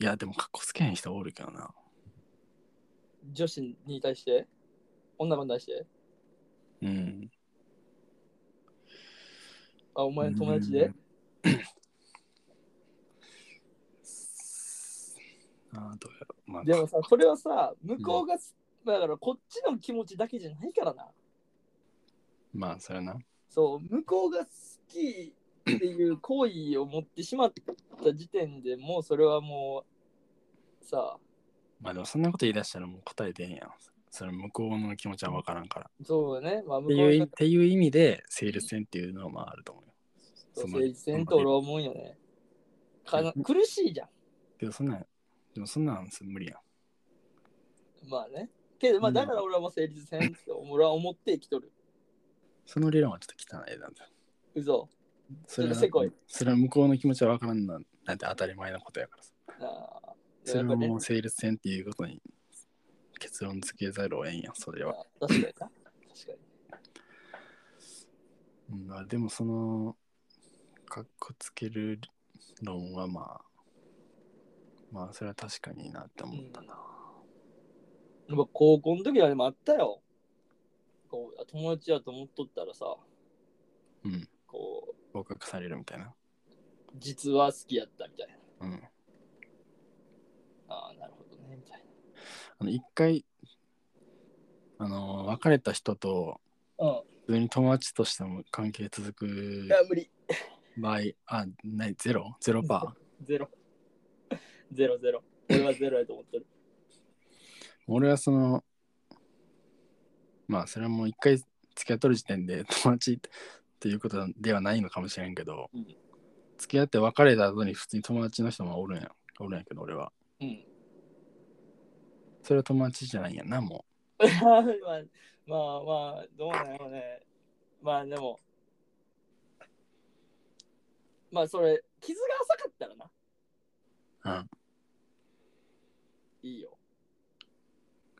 [SPEAKER 1] や、でもかっこつけへん人おるけどな。
[SPEAKER 2] 女子に対して女の子に対して
[SPEAKER 1] うん。
[SPEAKER 2] あ、お前の友達で
[SPEAKER 1] ああ、どうやろう。まあ、
[SPEAKER 2] でもさ、それはさ、向こうがす、だからこっちの気持ちだけじゃないからな。
[SPEAKER 1] まあ、それはな。
[SPEAKER 2] そう、向こうが好きっていう行為を持ってしまった時点でもうそれはもう、さ、
[SPEAKER 1] まあ、でもそんなこと言い出したらもう答え出へんやん。それ向こうの気持ちは分からんから。
[SPEAKER 2] そうね、まあ
[SPEAKER 1] っ
[SPEAKER 2] 向
[SPEAKER 1] て
[SPEAKER 2] こ
[SPEAKER 1] いうう
[SPEAKER 2] が
[SPEAKER 1] っていう意味で、セール戦っていうのはまああると思うよ。
[SPEAKER 2] そ
[SPEAKER 1] そ
[SPEAKER 2] う
[SPEAKER 1] の
[SPEAKER 2] 成立せんと俺は思うよね。かな苦しいじゃん。
[SPEAKER 1] けど、そんなん、でもそんなん無理やん。
[SPEAKER 2] まあね。けど、まあ
[SPEAKER 1] うん
[SPEAKER 2] だから俺はもう成立せんって俺は思って生きとる。
[SPEAKER 1] その理論はちょっと汚いなんだよ。
[SPEAKER 2] 嘘。
[SPEAKER 1] それは
[SPEAKER 2] ちょっとせこい
[SPEAKER 1] それは向こうの気持ちは分からんなんなんて当たり前なことやからさ。
[SPEAKER 2] ああ。
[SPEAKER 1] それは
[SPEAKER 2] やっ
[SPEAKER 1] も
[SPEAKER 2] ぱね
[SPEAKER 1] うセール戦っていうことに結論付けざるを得んやん、それは。
[SPEAKER 2] ああ確かにな。確かに。
[SPEAKER 1] うん、まあでもその、かっこつける論はまあ、まあそれは確かになって思ったな。
[SPEAKER 2] やっぱ高校の時はでもあったよ。こう友達やと思っとったらさ、
[SPEAKER 1] うん。
[SPEAKER 2] こ
[SPEAKER 1] 合格されるみたいな。
[SPEAKER 2] う、実は好きやったみたいな。
[SPEAKER 1] うん。
[SPEAKER 2] ああ、なるほどね、みたい
[SPEAKER 1] あの、一回、あの、別れた人と、
[SPEAKER 2] な。うん。
[SPEAKER 1] 普通に友達としても関係続く
[SPEAKER 2] いや、無理。
[SPEAKER 1] 場合、あ、ない、ゼロゼロパー
[SPEAKER 2] ゼロ。 ゼロゼロ。俺はゼロやと思ってる。
[SPEAKER 1] 俺はそのまあそれはもう一回付き合っとる時点で 友達っていうことではないのかもしれんけど、
[SPEAKER 2] うん
[SPEAKER 1] 付き合って別れた後に普通に友達の人もおるんやおるんやけど俺は
[SPEAKER 2] うん。
[SPEAKER 1] それは友達じゃないんやなも
[SPEAKER 2] まあ、まあ、まあ、どうなんやろうね。まあ、でも、まあ、それ、傷が浅かったらな。
[SPEAKER 1] うん。
[SPEAKER 2] いいよ。
[SPEAKER 1] う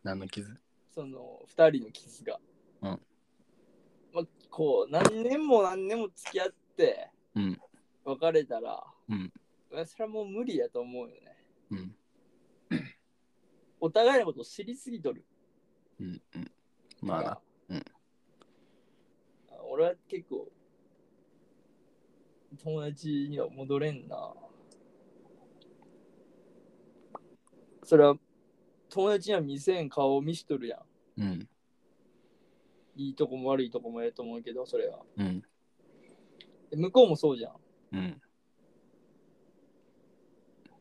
[SPEAKER 1] 何の傷
[SPEAKER 2] その2人の傷が。
[SPEAKER 1] うん
[SPEAKER 2] まあ、こう何年も何年も付き合って
[SPEAKER 1] うん
[SPEAKER 2] 別れたら、
[SPEAKER 1] うん
[SPEAKER 2] まあそれはもう無理やと思うよね。
[SPEAKER 1] うん
[SPEAKER 2] お互いのことを知りすぎとる
[SPEAKER 1] うんうん
[SPEAKER 2] か
[SPEAKER 1] まあ
[SPEAKER 2] ら
[SPEAKER 1] な。うん
[SPEAKER 2] 俺は結構友達には戻れんな。それは友達には見せん顔を見しとるやん。
[SPEAKER 1] うん
[SPEAKER 2] いいとこも悪いとこもええと思うけど、それは。
[SPEAKER 1] うん
[SPEAKER 2] で向こうもそうじゃん。
[SPEAKER 1] うん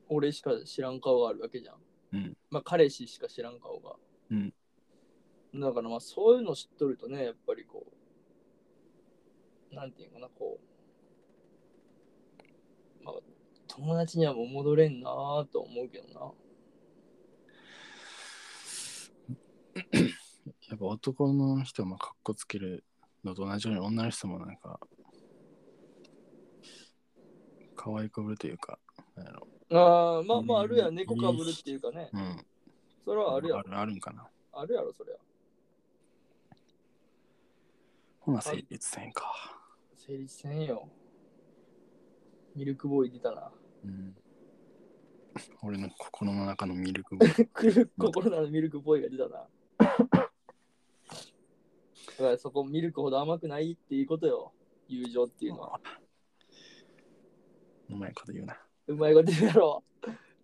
[SPEAKER 2] 俺しか知らん顔があるわけじゃん。
[SPEAKER 1] うん
[SPEAKER 2] まあ彼氏しか知らん顔が。
[SPEAKER 1] うん
[SPEAKER 2] だからまあそういうの知っとるとね、やっぱりこう、なんていうのかな、こう、まあ友達にはもう戻れんなぁと思うけどな。
[SPEAKER 1] やっぱ男の人もかっこつけるのと同じように女の人もなんか可愛くぶるというかなんやろ
[SPEAKER 2] あーまあまあ
[SPEAKER 1] うん
[SPEAKER 2] あるやん、猫かぶるっていうかね。
[SPEAKER 1] うん
[SPEAKER 2] それはあるや
[SPEAKER 1] あ
[SPEAKER 2] ろ、
[SPEAKER 1] るあるんかな
[SPEAKER 2] あるやろ、それは。
[SPEAKER 1] ほな成立せんか、
[SPEAKER 2] 成立せんよ。ミルクボーイ出たな。
[SPEAKER 1] うん、俺の心の中のミルクボーイ
[SPEAKER 2] 心なのミルクボーイが出たな。だからそこ ミルクほど甘くないっていうことよ。友情っていうのは。
[SPEAKER 1] ううまいこと言うな。
[SPEAKER 2] うまいこと言うやろ。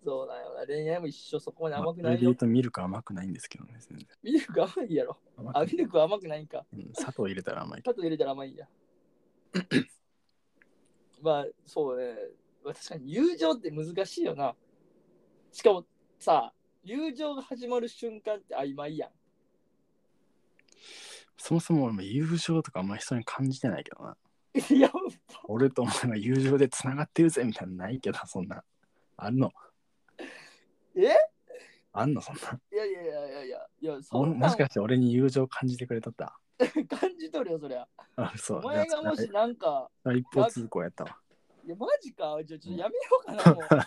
[SPEAKER 2] そうだよな。恋愛も一緒そこまで
[SPEAKER 1] まあ
[SPEAKER 2] 甘
[SPEAKER 1] こ
[SPEAKER 2] く
[SPEAKER 1] れ
[SPEAKER 2] な
[SPEAKER 1] で
[SPEAKER 2] い
[SPEAKER 1] 言
[SPEAKER 2] よ
[SPEAKER 1] う。とミルク甘くないんですけどね。全然
[SPEAKER 2] ミルク甘いやろ。
[SPEAKER 1] 甘くな
[SPEAKER 2] あ、
[SPEAKER 1] い
[SPEAKER 2] ミルクは甘くないんか。
[SPEAKER 1] うん砂糖入れたら甘いけ
[SPEAKER 2] 砂糖入れたら甘いん や。まあ、そうね。まあ確かに友情って難しいよな。しかもさ、友情が始まる瞬間って曖昧やん。
[SPEAKER 1] ど。そもそも俺も友情とかあんまり人に感じてないけどな。
[SPEAKER 2] いや、
[SPEAKER 1] 俺とお前は友情でつながってるぜみたいなのないけど、そんな。あんの
[SPEAKER 2] え
[SPEAKER 1] あんのそんな。
[SPEAKER 2] いやいやいやいやいや、いやそ
[SPEAKER 1] お
[SPEAKER 2] ん
[SPEAKER 1] も
[SPEAKER 2] な
[SPEAKER 1] し
[SPEAKER 2] ん
[SPEAKER 1] かして俺に友情感じてくれとった
[SPEAKER 2] 感じとるよ、そりゃ。
[SPEAKER 1] あ、そ
[SPEAKER 2] お
[SPEAKER 1] う。
[SPEAKER 2] 前がもしなんか、
[SPEAKER 1] あ一方通行やったわ。
[SPEAKER 2] いや、マジか。じゃあちょっとやめようか な、もう。あの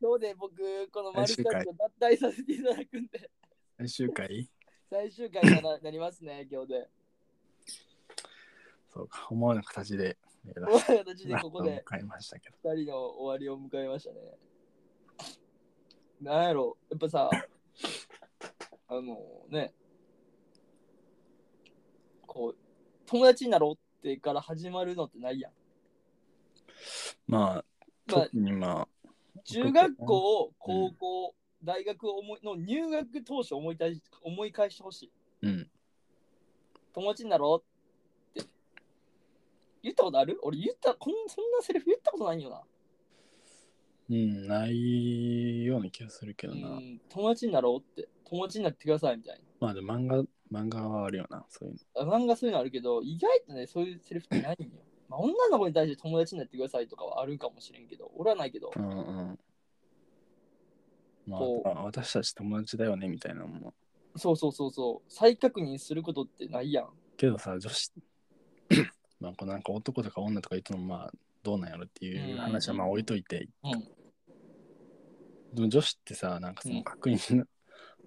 [SPEAKER 2] 今日で僕、このマルカッチを脱退させていただくんで、
[SPEAKER 1] 最終回
[SPEAKER 2] 最終回にななります ね、今日で。
[SPEAKER 1] そうか。思わぬ形で。
[SPEAKER 2] こういう形でここ
[SPEAKER 1] ラス
[SPEAKER 2] で
[SPEAKER 1] トを迎えましたけど。
[SPEAKER 2] 2人の終わりを迎えましたね。なんやろ、やっぱさ、あのね、こう、友達になろうってから始まるのってないやん。
[SPEAKER 1] まあ、
[SPEAKER 2] まあ
[SPEAKER 1] 特にまあ、
[SPEAKER 2] 中学校、高校、大学を思いの入学当初思い出し思い返してほしい。
[SPEAKER 1] うん。
[SPEAKER 2] 友達になろうって。言ったことある俺言ったこん、そんなセリフ言ったことないよな。
[SPEAKER 1] うん、ないような気がするけど
[SPEAKER 2] う
[SPEAKER 1] な。
[SPEAKER 2] ん、友達になろうって。友達になってくださいみたい
[SPEAKER 1] まあでも漫画、漫画はあるよな、そういうの。
[SPEAKER 2] な。あ漫画そういうのあるけど、意外とね、そういうセリフっ てないんよ。まあ、女の子に対して友達になってくださいとかはあるかもしれんけど、俺はないけど、
[SPEAKER 1] うんうん。まあ
[SPEAKER 2] こう、
[SPEAKER 1] あ私たち友達だよねみたいなのも。
[SPEAKER 2] そうそうそうそう、再確認することってないやん。
[SPEAKER 1] けどさ、女子、まあこうなんか男とか女とか言ってもまあどうなんやろっていう話はまあ置いといて、
[SPEAKER 2] うん。
[SPEAKER 1] でも女子ってさ、なんかそうの
[SPEAKER 2] ん
[SPEAKER 1] 確認 の、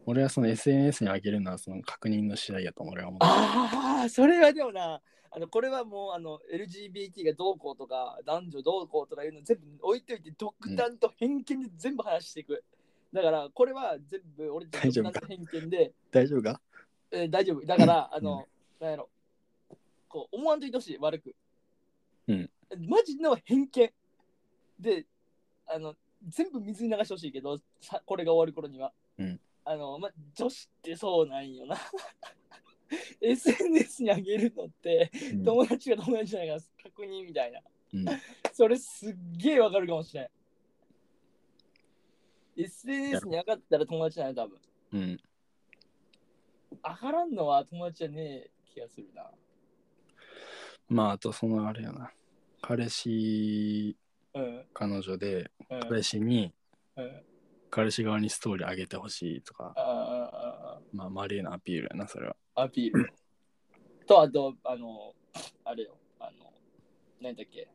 [SPEAKER 1] 俺はその SNS に上げるのはその確認の試合やと俺は思う。
[SPEAKER 2] ああ、それはでもな、あのこれはもうあの LGBT がどうこうとか、男女どうこうとかいうの全部置いといて、独断と偏見で全部話していく。だから、これは全部俺た
[SPEAKER 1] 大
[SPEAKER 2] ち
[SPEAKER 1] 丈
[SPEAKER 2] 独
[SPEAKER 1] 夫か
[SPEAKER 2] 断と偏見で、
[SPEAKER 1] 大丈夫か
[SPEAKER 2] えー大丈夫。だから、あの、なんやろ、こう思わんといてほしい、悪く。
[SPEAKER 1] うん。
[SPEAKER 2] マジの偏見。で、あの、全部水に流してほしいけど、さこれが終わる頃には。
[SPEAKER 1] うん
[SPEAKER 2] あの、ま、女子ってそうなんよな。SNS に上げるのって、
[SPEAKER 1] うん
[SPEAKER 2] 友達が友達じゃないから確認みたいな。
[SPEAKER 1] うん
[SPEAKER 2] それすっげえわかるかもしれん。SNS に上がったら友達じゃない、多分。
[SPEAKER 1] うん。
[SPEAKER 2] 上がらんのは友達じゃねえ気がするな。
[SPEAKER 1] まああとそのあれやな。彼氏、
[SPEAKER 2] うん。
[SPEAKER 1] 彼女で、
[SPEAKER 2] うん。
[SPEAKER 1] 彼氏に、
[SPEAKER 2] うん
[SPEAKER 1] 彼氏側にストーリー上げてほしいとか、
[SPEAKER 2] あああ
[SPEAKER 1] まあ、マリーのアピールやな、それは。
[SPEAKER 2] あアピール。と、あと、あの、あれよ、あの、何だっけ、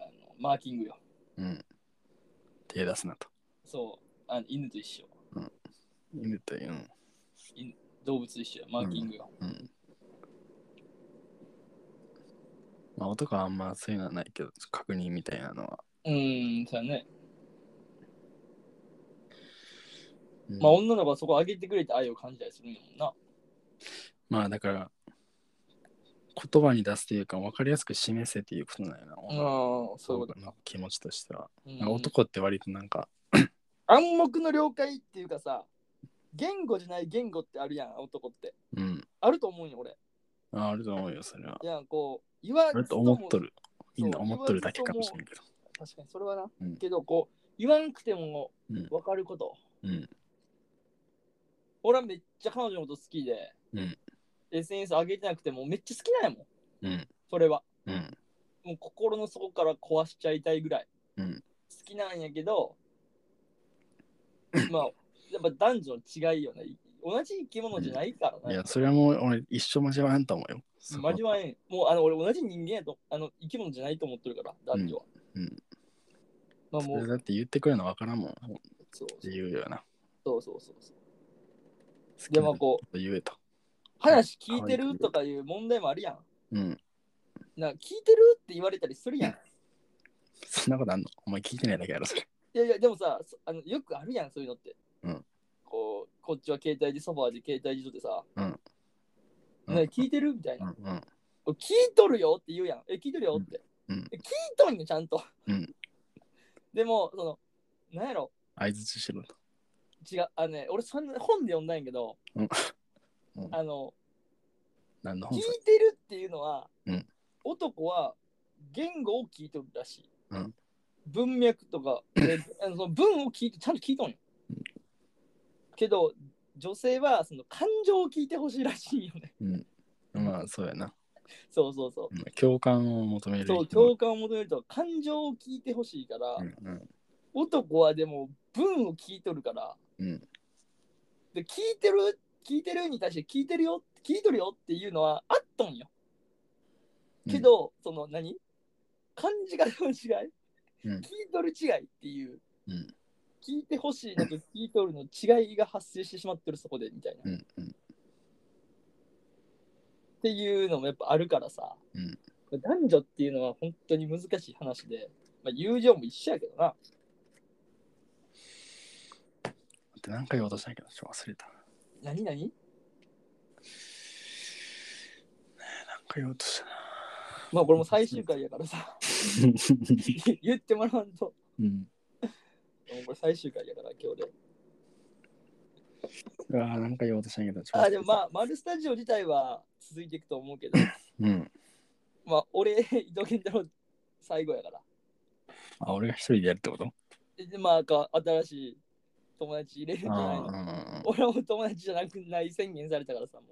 [SPEAKER 2] あの、マーキングよ。
[SPEAKER 1] うん。手出すなと。
[SPEAKER 2] そう、あの犬と一緒。
[SPEAKER 1] 犬というの。
[SPEAKER 2] 動物と一緒よマーキングよ。
[SPEAKER 1] うん。まあ、男はあんまそういうのはないけど、確認みたいなのは。
[SPEAKER 2] うーん、そうやね。
[SPEAKER 1] うん
[SPEAKER 2] まあ、女の子はそこ上げてくれて愛を感じたりするんやもんな。
[SPEAKER 1] まあ、だから、言葉に出すというか、分かりやすく示せっていうことなんやな。
[SPEAKER 2] うん、そういうこ
[SPEAKER 1] 男の気持ちとしては。
[SPEAKER 2] と。
[SPEAKER 1] なんか男って割となんか、
[SPEAKER 2] 暗黙の了解っていうかさ、言語じゃない言語ってあるやん、男って。
[SPEAKER 1] うん。
[SPEAKER 2] あると思うんよ、俺。
[SPEAKER 1] ああると思うよ、それは。
[SPEAKER 2] いや、こう、言わ
[SPEAKER 1] あ
[SPEAKER 2] ず
[SPEAKER 1] ると
[SPEAKER 2] と
[SPEAKER 1] 思
[SPEAKER 2] も
[SPEAKER 1] っとる。みんな思っとるだけかもしれんけど。
[SPEAKER 2] 確かにそれはな、
[SPEAKER 1] うん
[SPEAKER 2] けどこう言わんくても
[SPEAKER 1] うん
[SPEAKER 2] 分かること、
[SPEAKER 1] うん
[SPEAKER 2] 俺はめっちゃ彼女のこと好きで、
[SPEAKER 1] うん
[SPEAKER 2] SNS 上げてなくてもめっちゃ好きなんやもん
[SPEAKER 1] うん。
[SPEAKER 2] それは
[SPEAKER 1] うん。
[SPEAKER 2] もう心の底から壊しちゃいたいぐらい、
[SPEAKER 1] うん
[SPEAKER 2] 好きなんやけど まあやっぱ男女の違いよね同じ生き物じゃないからね、
[SPEAKER 1] いや、それはもう俺一生交わらんと思うよ。そこは
[SPEAKER 2] 交わへん。もうあの俺同じ人間やとあの生き物じゃないと思ってるから男女は。
[SPEAKER 1] うんうん
[SPEAKER 2] まあ
[SPEAKER 1] そ
[SPEAKER 2] も
[SPEAKER 1] れ
[SPEAKER 2] う
[SPEAKER 1] だって言ってくるの分からんもん。
[SPEAKER 2] そう
[SPEAKER 1] 自由よな。
[SPEAKER 2] そうそうそうそう。
[SPEAKER 1] 好
[SPEAKER 2] でもこう
[SPEAKER 1] う。言えと。
[SPEAKER 2] 話聞いてるとかいう問題もあるやん。
[SPEAKER 1] うん。
[SPEAKER 2] な聞いてるって言われたりするやん。い
[SPEAKER 1] そんなことあんのお前聞いてないだけやろ、それ。
[SPEAKER 2] やいや、でもさ、そあのよくあるやん、そういうのって。
[SPEAKER 1] うん
[SPEAKER 2] こうこっちは携帯でソファーで携帯事情でさ、
[SPEAKER 1] うんうん
[SPEAKER 2] ね聞いてるみたいうな、
[SPEAKER 1] んうん。
[SPEAKER 2] 聞いとるよって言うやん。え、聞いとるよって。
[SPEAKER 1] うんうん
[SPEAKER 2] え聞いとんよ、ちゃんと。
[SPEAKER 1] うん
[SPEAKER 2] でも、その、なんやろ、
[SPEAKER 1] 相づちしろと。
[SPEAKER 2] 違う、あのね、俺そんな本で読んだんやけど、
[SPEAKER 1] うんうん
[SPEAKER 2] あの、
[SPEAKER 1] 何の
[SPEAKER 2] 聞
[SPEAKER 1] 本
[SPEAKER 2] い
[SPEAKER 1] それ
[SPEAKER 2] てるっていうのは、
[SPEAKER 1] うん
[SPEAKER 2] 男は言語を聞いてるらしい。
[SPEAKER 1] うん
[SPEAKER 2] 文脈とか、であのその文を聞いて、ちゃんと聞いとんよ。けど、女性はその感情を聞いてほしいらしいよね。
[SPEAKER 1] うん。まあ、そうやな。
[SPEAKER 2] そうそうそう
[SPEAKER 1] う。ん共感を求める
[SPEAKER 2] そう
[SPEAKER 1] 人も
[SPEAKER 2] 共感を求めると感情を聞いてほしいから、
[SPEAKER 1] うんうん
[SPEAKER 2] 男はでも文を聞いとるから、
[SPEAKER 1] うん
[SPEAKER 2] で聞いてる聞いてるに対して聞いてるよ聞いとるよっていうのはあっとんよけど、その何感じ方の違い、
[SPEAKER 1] うん
[SPEAKER 2] 聞いとる違いっていう、
[SPEAKER 1] うん
[SPEAKER 2] 聞いてほしいのと聞いとるの違いが発生してしまってるそこでみたいな、っ
[SPEAKER 1] うんうん
[SPEAKER 2] ていうのもやっぱあるからさ、
[SPEAKER 1] うん
[SPEAKER 2] 男女っていうのは本当に難しい話で、まあ、友情も一緒やけどな
[SPEAKER 1] 待って何回言おうとしたんやけど、ちょっと忘れた。
[SPEAKER 2] 何何
[SPEAKER 1] 何回言おうとしたな。
[SPEAKER 2] まあこれも最終回やからさ言ってもらわんと
[SPEAKER 1] うん。
[SPEAKER 2] もうこれ最終回やから今日で
[SPEAKER 1] うわあ、何回言おうとしたんやけど、ちょっと忘
[SPEAKER 2] あ
[SPEAKER 1] れ
[SPEAKER 2] で
[SPEAKER 1] た
[SPEAKER 2] もまあ丸スタジオ自体は続いていくと思うけど
[SPEAKER 1] うん。
[SPEAKER 2] まあ俺伊藤健太郎最後やから
[SPEAKER 1] あ、俺が一人でやるってこと
[SPEAKER 2] ででまあか新しい友達入れるんじゃないの
[SPEAKER 1] ああ。
[SPEAKER 2] 俺はもう友達じゃなくない宣言されたからさも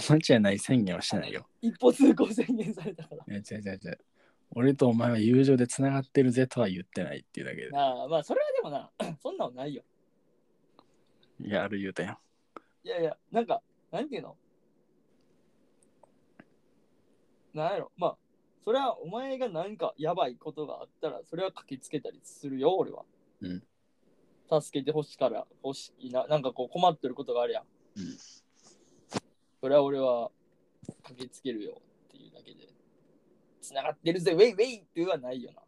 [SPEAKER 1] 友達やない宣言はしてないよ。
[SPEAKER 2] う一歩通行宣言されたか
[SPEAKER 1] いや
[SPEAKER 2] ら
[SPEAKER 1] 違う違う違う。俺とお前は友情でつながってるぜとは言ってないっていうだけで。
[SPEAKER 2] ああまあそれはでもな そんなのないよ
[SPEAKER 1] いや、ある言うたやん。
[SPEAKER 2] いやいや、なんか、なんていうのなんやろ、まあ、それはお前が何かやばいことがあったら、それは駆けつけたりするよ、俺は。
[SPEAKER 1] うん
[SPEAKER 2] 助けてほしいから、ほしいな、なんかこう困ってることがあるやん。
[SPEAKER 1] うん
[SPEAKER 2] それは俺は駆けつけるよっていうだけで。つながってるぜ、ウェイウェイっていうのはないよな。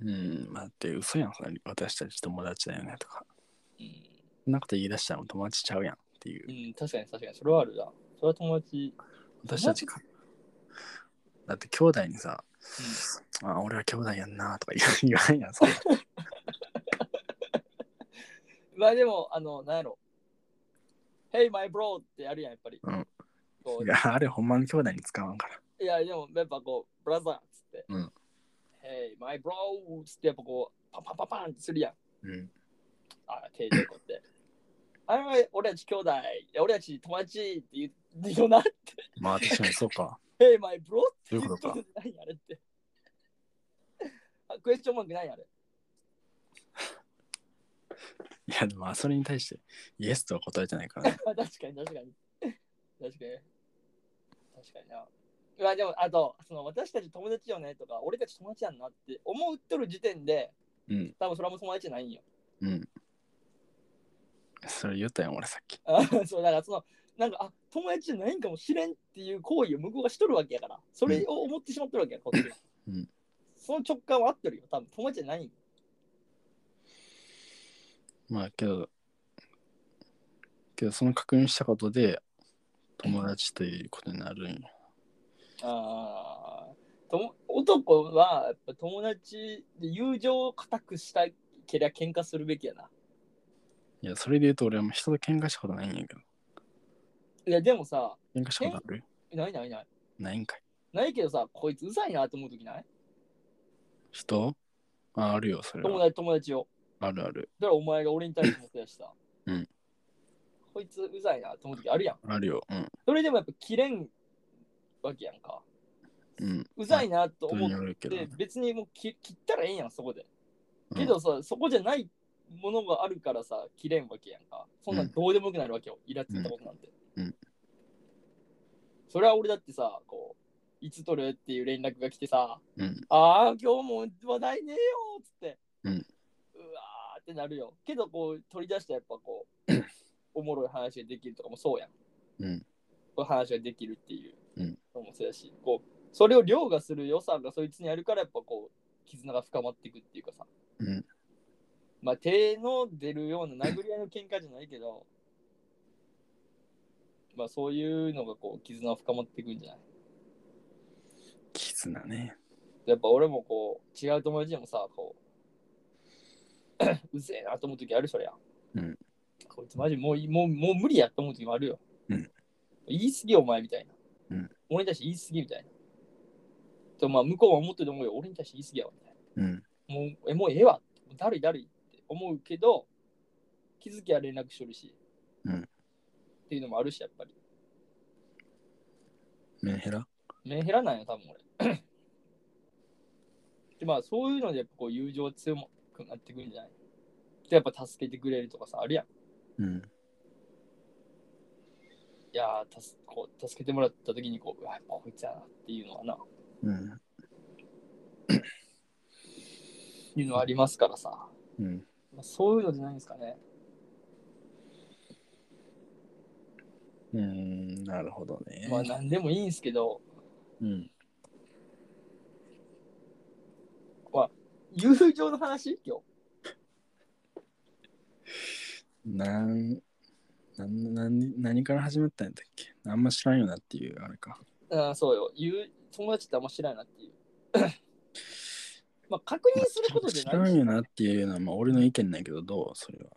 [SPEAKER 1] うん、待って、嘘やん、それ私たち友達だよねとか。
[SPEAKER 2] うん
[SPEAKER 1] そんなこと言い出したらもう友達ちゃうやんっていう
[SPEAKER 2] う。ん、確かに確かに、それはあるな。それは友達。
[SPEAKER 1] 私たちか。だって兄弟にさ、あ、俺は兄弟やんなとか言わ 言わんやん、そんな
[SPEAKER 2] まあでも、あの、なんやろ。Hey, my bro! ってやるやん、やっぱり。
[SPEAKER 1] うん
[SPEAKER 2] こう
[SPEAKER 1] いや、あれほんまの兄弟に使わんから。
[SPEAKER 2] いや、でも、やっぱこう、ブラザーっつって。
[SPEAKER 1] うん
[SPEAKER 2] Hey, my bro! っつって、やっぱこう、パンパンパンパンってするやん。
[SPEAKER 1] うん。
[SPEAKER 2] あ、手でこうやって。あれは俺たち兄弟、いや俺たち友達って言うよなって。
[SPEAKER 1] まあ確かにそうか。
[SPEAKER 2] Hey, my bro! って言
[SPEAKER 1] そういうことか
[SPEAKER 2] ってないあれって。あクエスチョンマークないあれ。
[SPEAKER 1] いや、でもそれに対してイエスとは答えてないからね。
[SPEAKER 2] あ 確かに確かに。確かに。確かにな。まあでも、あと、その私たち友達よねとか、俺たち友達やんなって思っとる時点で、
[SPEAKER 1] うん。
[SPEAKER 2] 多分それはもう友達じゃないんよ。
[SPEAKER 1] うん。それ言ったやん、俺さっき。
[SPEAKER 2] あそうだからその、なんか、あ友達じゃないんかもしれんっていう行為を向こうがしとるわけやから、それを思ってしまっとるわけや、こっちが。
[SPEAKER 1] うん
[SPEAKER 2] その直感は合ってるよ、多分友達じゃないんよ
[SPEAKER 1] まあけど、けどその確認したことで友達ということになるんよ
[SPEAKER 2] あーとも男はやっぱ友達で友情を固くしたけりゃ喧嘩するべきやな。
[SPEAKER 1] いや、それで言うと俺はもう人と喧嘩したことないんやけど。
[SPEAKER 2] いや、でもさ、
[SPEAKER 1] 喧嘩したことある
[SPEAKER 2] ないないない。
[SPEAKER 1] ないんかい。
[SPEAKER 2] ないけどさ、こいつうざいなと思うときない
[SPEAKER 1] 人ああるよ、それ
[SPEAKER 2] 友
[SPEAKER 1] は。
[SPEAKER 2] 達、友達を。
[SPEAKER 1] あるある。
[SPEAKER 2] だからお前が俺に対してもそうやしさ。
[SPEAKER 1] うん。
[SPEAKER 2] こいつうざいなと思うときあるやん。
[SPEAKER 1] あるよ。うん。
[SPEAKER 2] それでもやっぱ切れんわけやんか。
[SPEAKER 1] うん。
[SPEAKER 2] うざいなと
[SPEAKER 1] 人
[SPEAKER 2] 思っ
[SPEAKER 1] に
[SPEAKER 2] て
[SPEAKER 1] よるけど。
[SPEAKER 2] 別にもう切切ったらええんやん、そこで。
[SPEAKER 1] うん
[SPEAKER 2] けどさ、そこじゃないものがあるからさ、切れんわけやんか。そんなんどうでもよくなるわけよ、イラついたことなんて。
[SPEAKER 1] うん
[SPEAKER 2] それは俺だってさ、こう、いつ取るっていう連絡が来てさ、
[SPEAKER 1] うん。
[SPEAKER 2] ああ、今日も話題ねえよっつって、
[SPEAKER 1] うん
[SPEAKER 2] うわーってなるよ。けど、こう、取り出したらやっぱこう、 おもろい話ができるとかもそうやん。
[SPEAKER 1] うん。
[SPEAKER 2] こういう話ができるっていう
[SPEAKER 1] うん
[SPEAKER 2] のもそうやし、こう、それを凌駕する予算がそいつにあるから、やっぱこう、絆が深まっていくっていうかさ、
[SPEAKER 1] うん。
[SPEAKER 2] まあ、手の出るような殴り合いの喧嘩じゃないけど、まあ、そういうのがこう、絆が深まっていくんじゃない
[SPEAKER 1] 絆ね。
[SPEAKER 2] やっぱ俺もこう、違う友達でもさ、こう、う ぜえなと思う時ある、そりゃ。
[SPEAKER 1] うん。
[SPEAKER 2] こいつマジもういい、もう、もう無理やと思う時もあるよ。
[SPEAKER 1] うん。
[SPEAKER 2] 言い過ぎお前みたいな。
[SPEAKER 1] うん。
[SPEAKER 2] 俺に対して言い過ぎみたいな。と、まあ、向こうは思ってると思うよ。俺に対して言い過ぎやわ、みたいな。
[SPEAKER 1] うん。
[SPEAKER 2] もうえもうええわだるいだるいって思うけど気づきは連絡しとるし、
[SPEAKER 1] うん
[SPEAKER 2] っていうのもあるしやっぱり
[SPEAKER 1] メンヘラ
[SPEAKER 2] 目減らないよ多分俺 でまあそういうのでやっぱこう友情強くなってくるんじゃないでやっぱ助けてくれるとかさあるやん
[SPEAKER 1] う
[SPEAKER 2] い
[SPEAKER 1] ん。
[SPEAKER 2] やーたすこう助けてもらった時にこううわやっぱこいつやなっていうのはな
[SPEAKER 1] うん。
[SPEAKER 2] いうのはありますからさ、
[SPEAKER 1] うん。
[SPEAKER 2] まあ、そういうのじゃないんですかね
[SPEAKER 1] うん。なるほどね。
[SPEAKER 2] まあ何でもいいんですけど
[SPEAKER 1] うん。
[SPEAKER 2] 友情の話今日
[SPEAKER 1] なん、なん、なん、何から始まったんやったっけあんま知らんよなっていう、あれか。
[SPEAKER 2] ああ、そうよ。友友達ってあんま知らないなっていう。まあ、確認することじ
[SPEAKER 1] 知
[SPEAKER 2] ゃ
[SPEAKER 1] ら
[SPEAKER 2] ない
[SPEAKER 1] んよ
[SPEAKER 2] し、
[SPEAKER 1] なっていうのは、まあ、俺の意見なんやけど、どうそれは。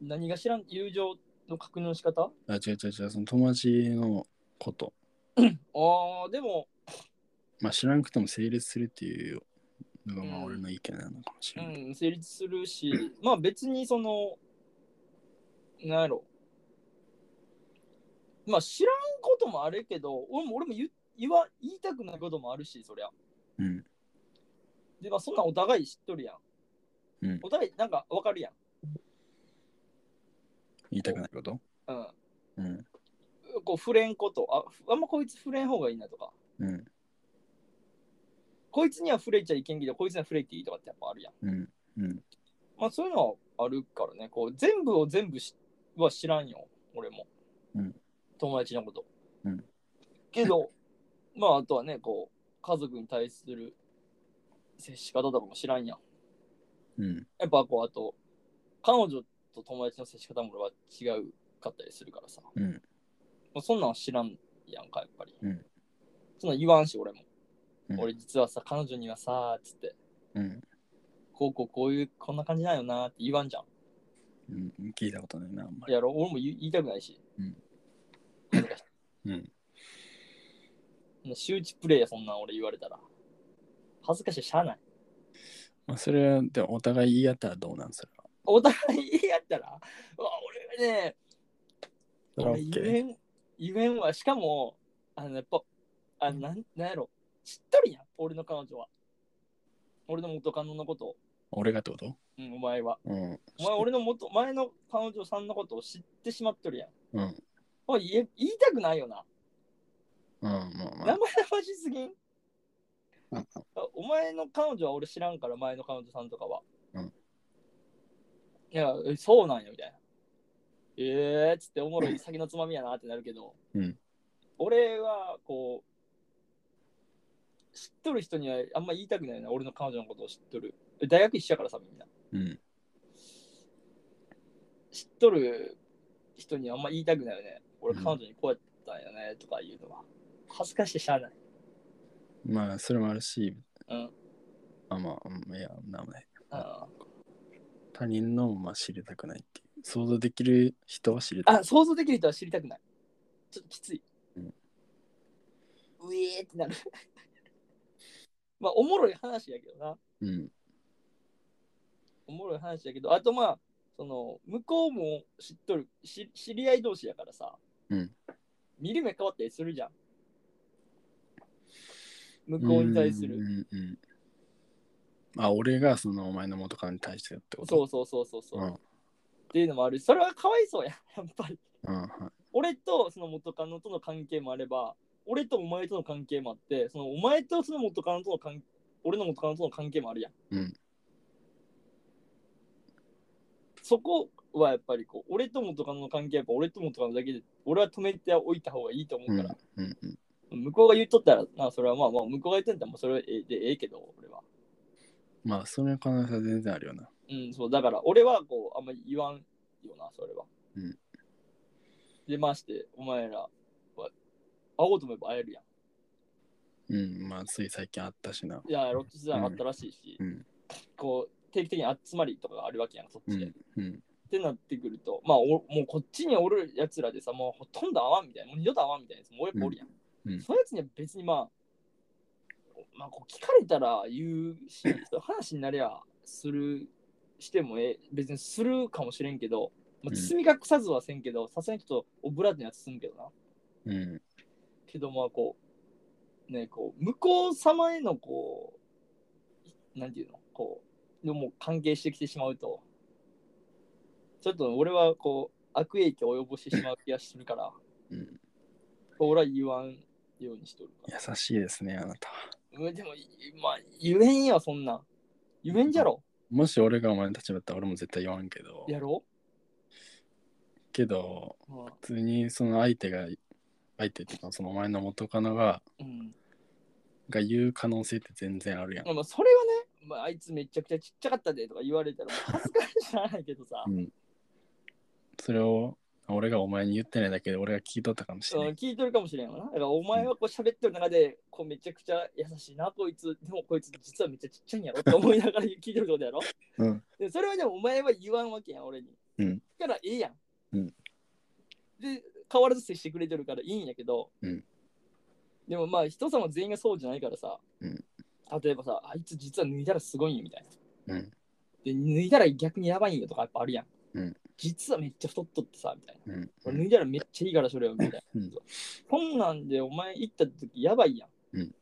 [SPEAKER 2] 何が知らん友情の確認の仕方
[SPEAKER 1] あ、違う違う違う、その友達のこと。
[SPEAKER 2] ああ、でも、
[SPEAKER 1] まあ、知らなくても成立するっていうのが、ま
[SPEAKER 2] う
[SPEAKER 1] あ、
[SPEAKER 2] ん
[SPEAKER 1] 俺の意見なのかもし
[SPEAKER 2] う
[SPEAKER 1] れない。
[SPEAKER 2] ん、成立するし、まあ別にその、なんやろ。まあ知らんこともあるけど、俺も俺も言う言わ言いたくないこともあるし、そりゃ。
[SPEAKER 1] うん。
[SPEAKER 2] で、まあそんなんお互い知っとるやん。
[SPEAKER 1] うん
[SPEAKER 2] お互いなんかわかるやん。
[SPEAKER 1] 言いたくないこと
[SPEAKER 2] うん。
[SPEAKER 1] うん。
[SPEAKER 2] こう触れんことあふあんまこいつ触れん方がいいなとか
[SPEAKER 1] うん。
[SPEAKER 2] こいつには触れちゃいけんけどこいつには触れていいとかってやっぱあるやん
[SPEAKER 1] うん。うん。
[SPEAKER 2] まあそういうのはあるからねこう全部を全部しは知らんよ俺も、
[SPEAKER 1] うん
[SPEAKER 2] 友達のこと、
[SPEAKER 1] うん
[SPEAKER 2] けど まああとはねこう家族に対する接し方とかも知らんやん
[SPEAKER 1] うん。
[SPEAKER 2] やっぱこうあと彼女と友達の接し方も俺は違うかったりするからさ、
[SPEAKER 1] うん
[SPEAKER 2] まあ、そんなんは知らんやんかやっぱり、
[SPEAKER 1] うん
[SPEAKER 2] そんなん言わんし俺も、
[SPEAKER 1] うん
[SPEAKER 2] 俺実はさ彼女にはさつって
[SPEAKER 1] うん。
[SPEAKER 2] こうこうこういうこんな感じなんよなって言わんじゃん
[SPEAKER 1] うん。聞いたことないな、あんまり。
[SPEAKER 2] やろ俺も言い言いたくないし、
[SPEAKER 1] うん
[SPEAKER 2] なんか
[SPEAKER 1] うん。
[SPEAKER 2] 周知プレイやそんなん俺言われたら恥ずかしいしゃあない
[SPEAKER 1] まあ、それは、でもお互い言い合ったらどうなんそれは。
[SPEAKER 2] お互い言い合ったらうわ俺はね
[SPEAKER 1] それは
[SPEAKER 2] 俺
[SPEAKER 1] OK
[SPEAKER 2] 言えん言えんわしかもあのやっぱあのなんなんやろ知っとるやん俺の彼女は俺の元カノのことを、
[SPEAKER 1] 俺がってこと
[SPEAKER 2] うん、お前は
[SPEAKER 1] うん。
[SPEAKER 2] お前俺の元前の彼女さんのことを知ってしまっとるやん
[SPEAKER 1] うん。うん。
[SPEAKER 2] おい言え言いたくないよな
[SPEAKER 1] まあま
[SPEAKER 2] 生
[SPEAKER 1] あ。
[SPEAKER 2] 々しすぎん
[SPEAKER 1] うん
[SPEAKER 2] あお前の彼女は俺知らんから、前の彼女さんとかは。
[SPEAKER 1] うん
[SPEAKER 2] いや、えそうなんや、みたいな。えーっつっておもろい先のつまみやなってなるけど、
[SPEAKER 1] うん
[SPEAKER 2] 俺はこう、知っとる人にはあんま言いたくないな、俺の彼女のことを知っとる。え大学一緒やからさ、みんな。
[SPEAKER 1] うん。
[SPEAKER 2] 知っとる人にはあんま言いたくないよね。俺
[SPEAKER 1] うん
[SPEAKER 2] 彼女にこうやったんやね、とかいうのは。恥ずかしいしゃあない。
[SPEAKER 1] まあ、それもあるし、
[SPEAKER 2] うん。
[SPEAKER 1] あまあうん、いや、なんもない。
[SPEAKER 2] あ
[SPEAKER 1] 他人のもまあ知りたくないっていう。想像できる人は知りたい
[SPEAKER 2] あ、。想像できる人は知りたくない。ちょっときつい。
[SPEAKER 1] うん
[SPEAKER 2] うえーってなる。 まあ、おもろい話やけどな。
[SPEAKER 1] うん。
[SPEAKER 2] おもろい話やけど、あとまあ、その、向こうも知っとる、し知り合い同士やからさ、
[SPEAKER 1] うん
[SPEAKER 2] 見る目変わったりするじゃん。向こうに対す
[SPEAKER 1] う
[SPEAKER 2] る。
[SPEAKER 1] んうんうん。あ、俺がそのお前の元カノに対してってこと
[SPEAKER 2] そううそうそうそうそう、
[SPEAKER 1] うん
[SPEAKER 2] っていうのもあるし、それはかわいそうや、やっぱり。
[SPEAKER 1] うんは
[SPEAKER 2] 俺とその元カノとの関係もあれば俺とお前との関係もあってそのお前とその元カノとの関俺の元カノとの関係もあるやん、
[SPEAKER 1] うん
[SPEAKER 2] そこはやっぱりこう俺と元カノの関係はやっぱ俺と元カノだけで俺は止めておいた方がいいと思
[SPEAKER 1] い。う
[SPEAKER 2] うんか
[SPEAKER 1] う
[SPEAKER 2] ら、
[SPEAKER 1] んうん。
[SPEAKER 2] 向こうが言っとったらなそれはまあまあ向こうが言っとったらもうそれはええでええけど俺は
[SPEAKER 1] まあ、その可能性は全然あるよな。
[SPEAKER 2] うん、そう、だから俺はこう、あんまり言わんよな、それは。
[SPEAKER 1] うん
[SPEAKER 2] で、まして、お前らは、会おうと思えば会えるやん。
[SPEAKER 1] うん、まあ、つい最近あったしな。
[SPEAKER 2] いや、ロッチ時代もあったらしいし、
[SPEAKER 1] うん、
[SPEAKER 2] こう、定期的に集まりとかがあるわけやん、そっ
[SPEAKER 1] う
[SPEAKER 2] ちで。
[SPEAKER 1] ん、うん、
[SPEAKER 2] ってなってくると、まあお、もうこっちにおるやつらでさ、もうほとんど会わんみたいな、もう二度と会わんみたいなやつもうやっぱおるやん。
[SPEAKER 1] うんうん
[SPEAKER 2] そのやつには別にまあ、まあ、こう聞かれたら言うし、話になりゃする、してもええ、別にするかもしれんけど、
[SPEAKER 1] う
[SPEAKER 2] まあ、
[SPEAKER 1] ん
[SPEAKER 2] 包み隠さずはせんけど、さすがにちょっとオブラートには包むけどな。
[SPEAKER 1] うん、
[SPEAKER 2] けどまあこうねこう向こう様へのこうなんていうのこうでも関係してきてしまうとちょっと俺はこう悪影響を及ぼしてしまう気がするから
[SPEAKER 1] うん。
[SPEAKER 2] 俺は言わんようにしとるか
[SPEAKER 1] 優しいですね、あなたは。
[SPEAKER 2] らうんでもいまあ言えんよそんなん言えんじゃろ
[SPEAKER 1] もし俺がお前の立場だったら俺も絶対言わんけど、
[SPEAKER 2] やろ
[SPEAKER 1] けど、
[SPEAKER 2] まあ
[SPEAKER 1] 普通にその相手が、相手っていうか、そのお前の元カノが、
[SPEAKER 2] うん
[SPEAKER 1] が言う可能性って全然あるやん。
[SPEAKER 2] まあそれはね、まあ、あいつめちゃくちゃちっちゃかったでとか言われたらもう恥ずかしゃあないけどさ、
[SPEAKER 1] うん。それを、俺がお前に言ってないだけで俺が聞いとったかもしれ
[SPEAKER 2] う
[SPEAKER 1] なんい。
[SPEAKER 2] 聞いとるかもしれんわな。だからお前はこう喋ってる中で、こうめちゃくちゃ優しいな、こいつ。でもこいつ実はめっちゃちっちゃいんやろって思いながら聞いてるってことやろ。
[SPEAKER 1] うん。
[SPEAKER 2] でそれはでもお前は言わんわけやん、俺に。
[SPEAKER 1] うん
[SPEAKER 2] だからええやん。
[SPEAKER 1] うん
[SPEAKER 2] で、変わらず接してくれてるからいいんやけど、
[SPEAKER 1] うん
[SPEAKER 2] でもまあ人様全員がそうじゃないからさ、
[SPEAKER 1] うん
[SPEAKER 2] 例えばさ、あいつ実は脱いだらすごいんやみたいな。
[SPEAKER 1] うん。
[SPEAKER 2] で、脱いだら逆にやばいんやとかやっぱあるやん。
[SPEAKER 1] うん
[SPEAKER 2] 実はめっちゃ太っとってさ、みたいな。
[SPEAKER 1] うん。
[SPEAKER 2] 俺脱いだらめっちゃいいからそれよみたいな。
[SPEAKER 1] うん
[SPEAKER 2] そんなんでお前行った時やばいやん。
[SPEAKER 1] うん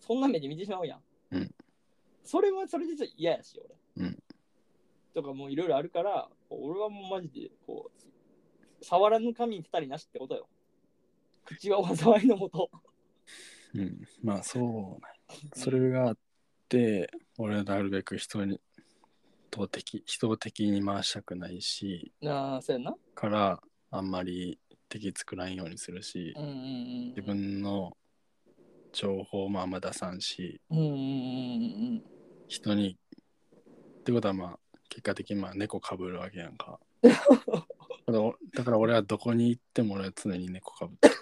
[SPEAKER 2] そんな目で見てしまうやん。
[SPEAKER 1] うん
[SPEAKER 2] それはそれでちょっと嫌やし、俺。
[SPEAKER 1] うん
[SPEAKER 2] とかもういろいろあるから、俺はもうマジでこう、触らぬ神にたりなしってことよ。口は災いのもと。
[SPEAKER 1] うん。まあ、そうね。それがあって、俺はなるべく人に、人を敵、人を敵に回したくないし、
[SPEAKER 2] な あ、そうやな。
[SPEAKER 1] から、あんまり敵作らんようにするし、
[SPEAKER 2] うんうんうん。
[SPEAKER 1] 自分の情報もあんま出さんし
[SPEAKER 2] うんうんうん
[SPEAKER 1] 人にってことはまあ結果的にまあ猫かぶるわけやん かだからだから俺はどこに行っても俺は常に猫かぶ ってる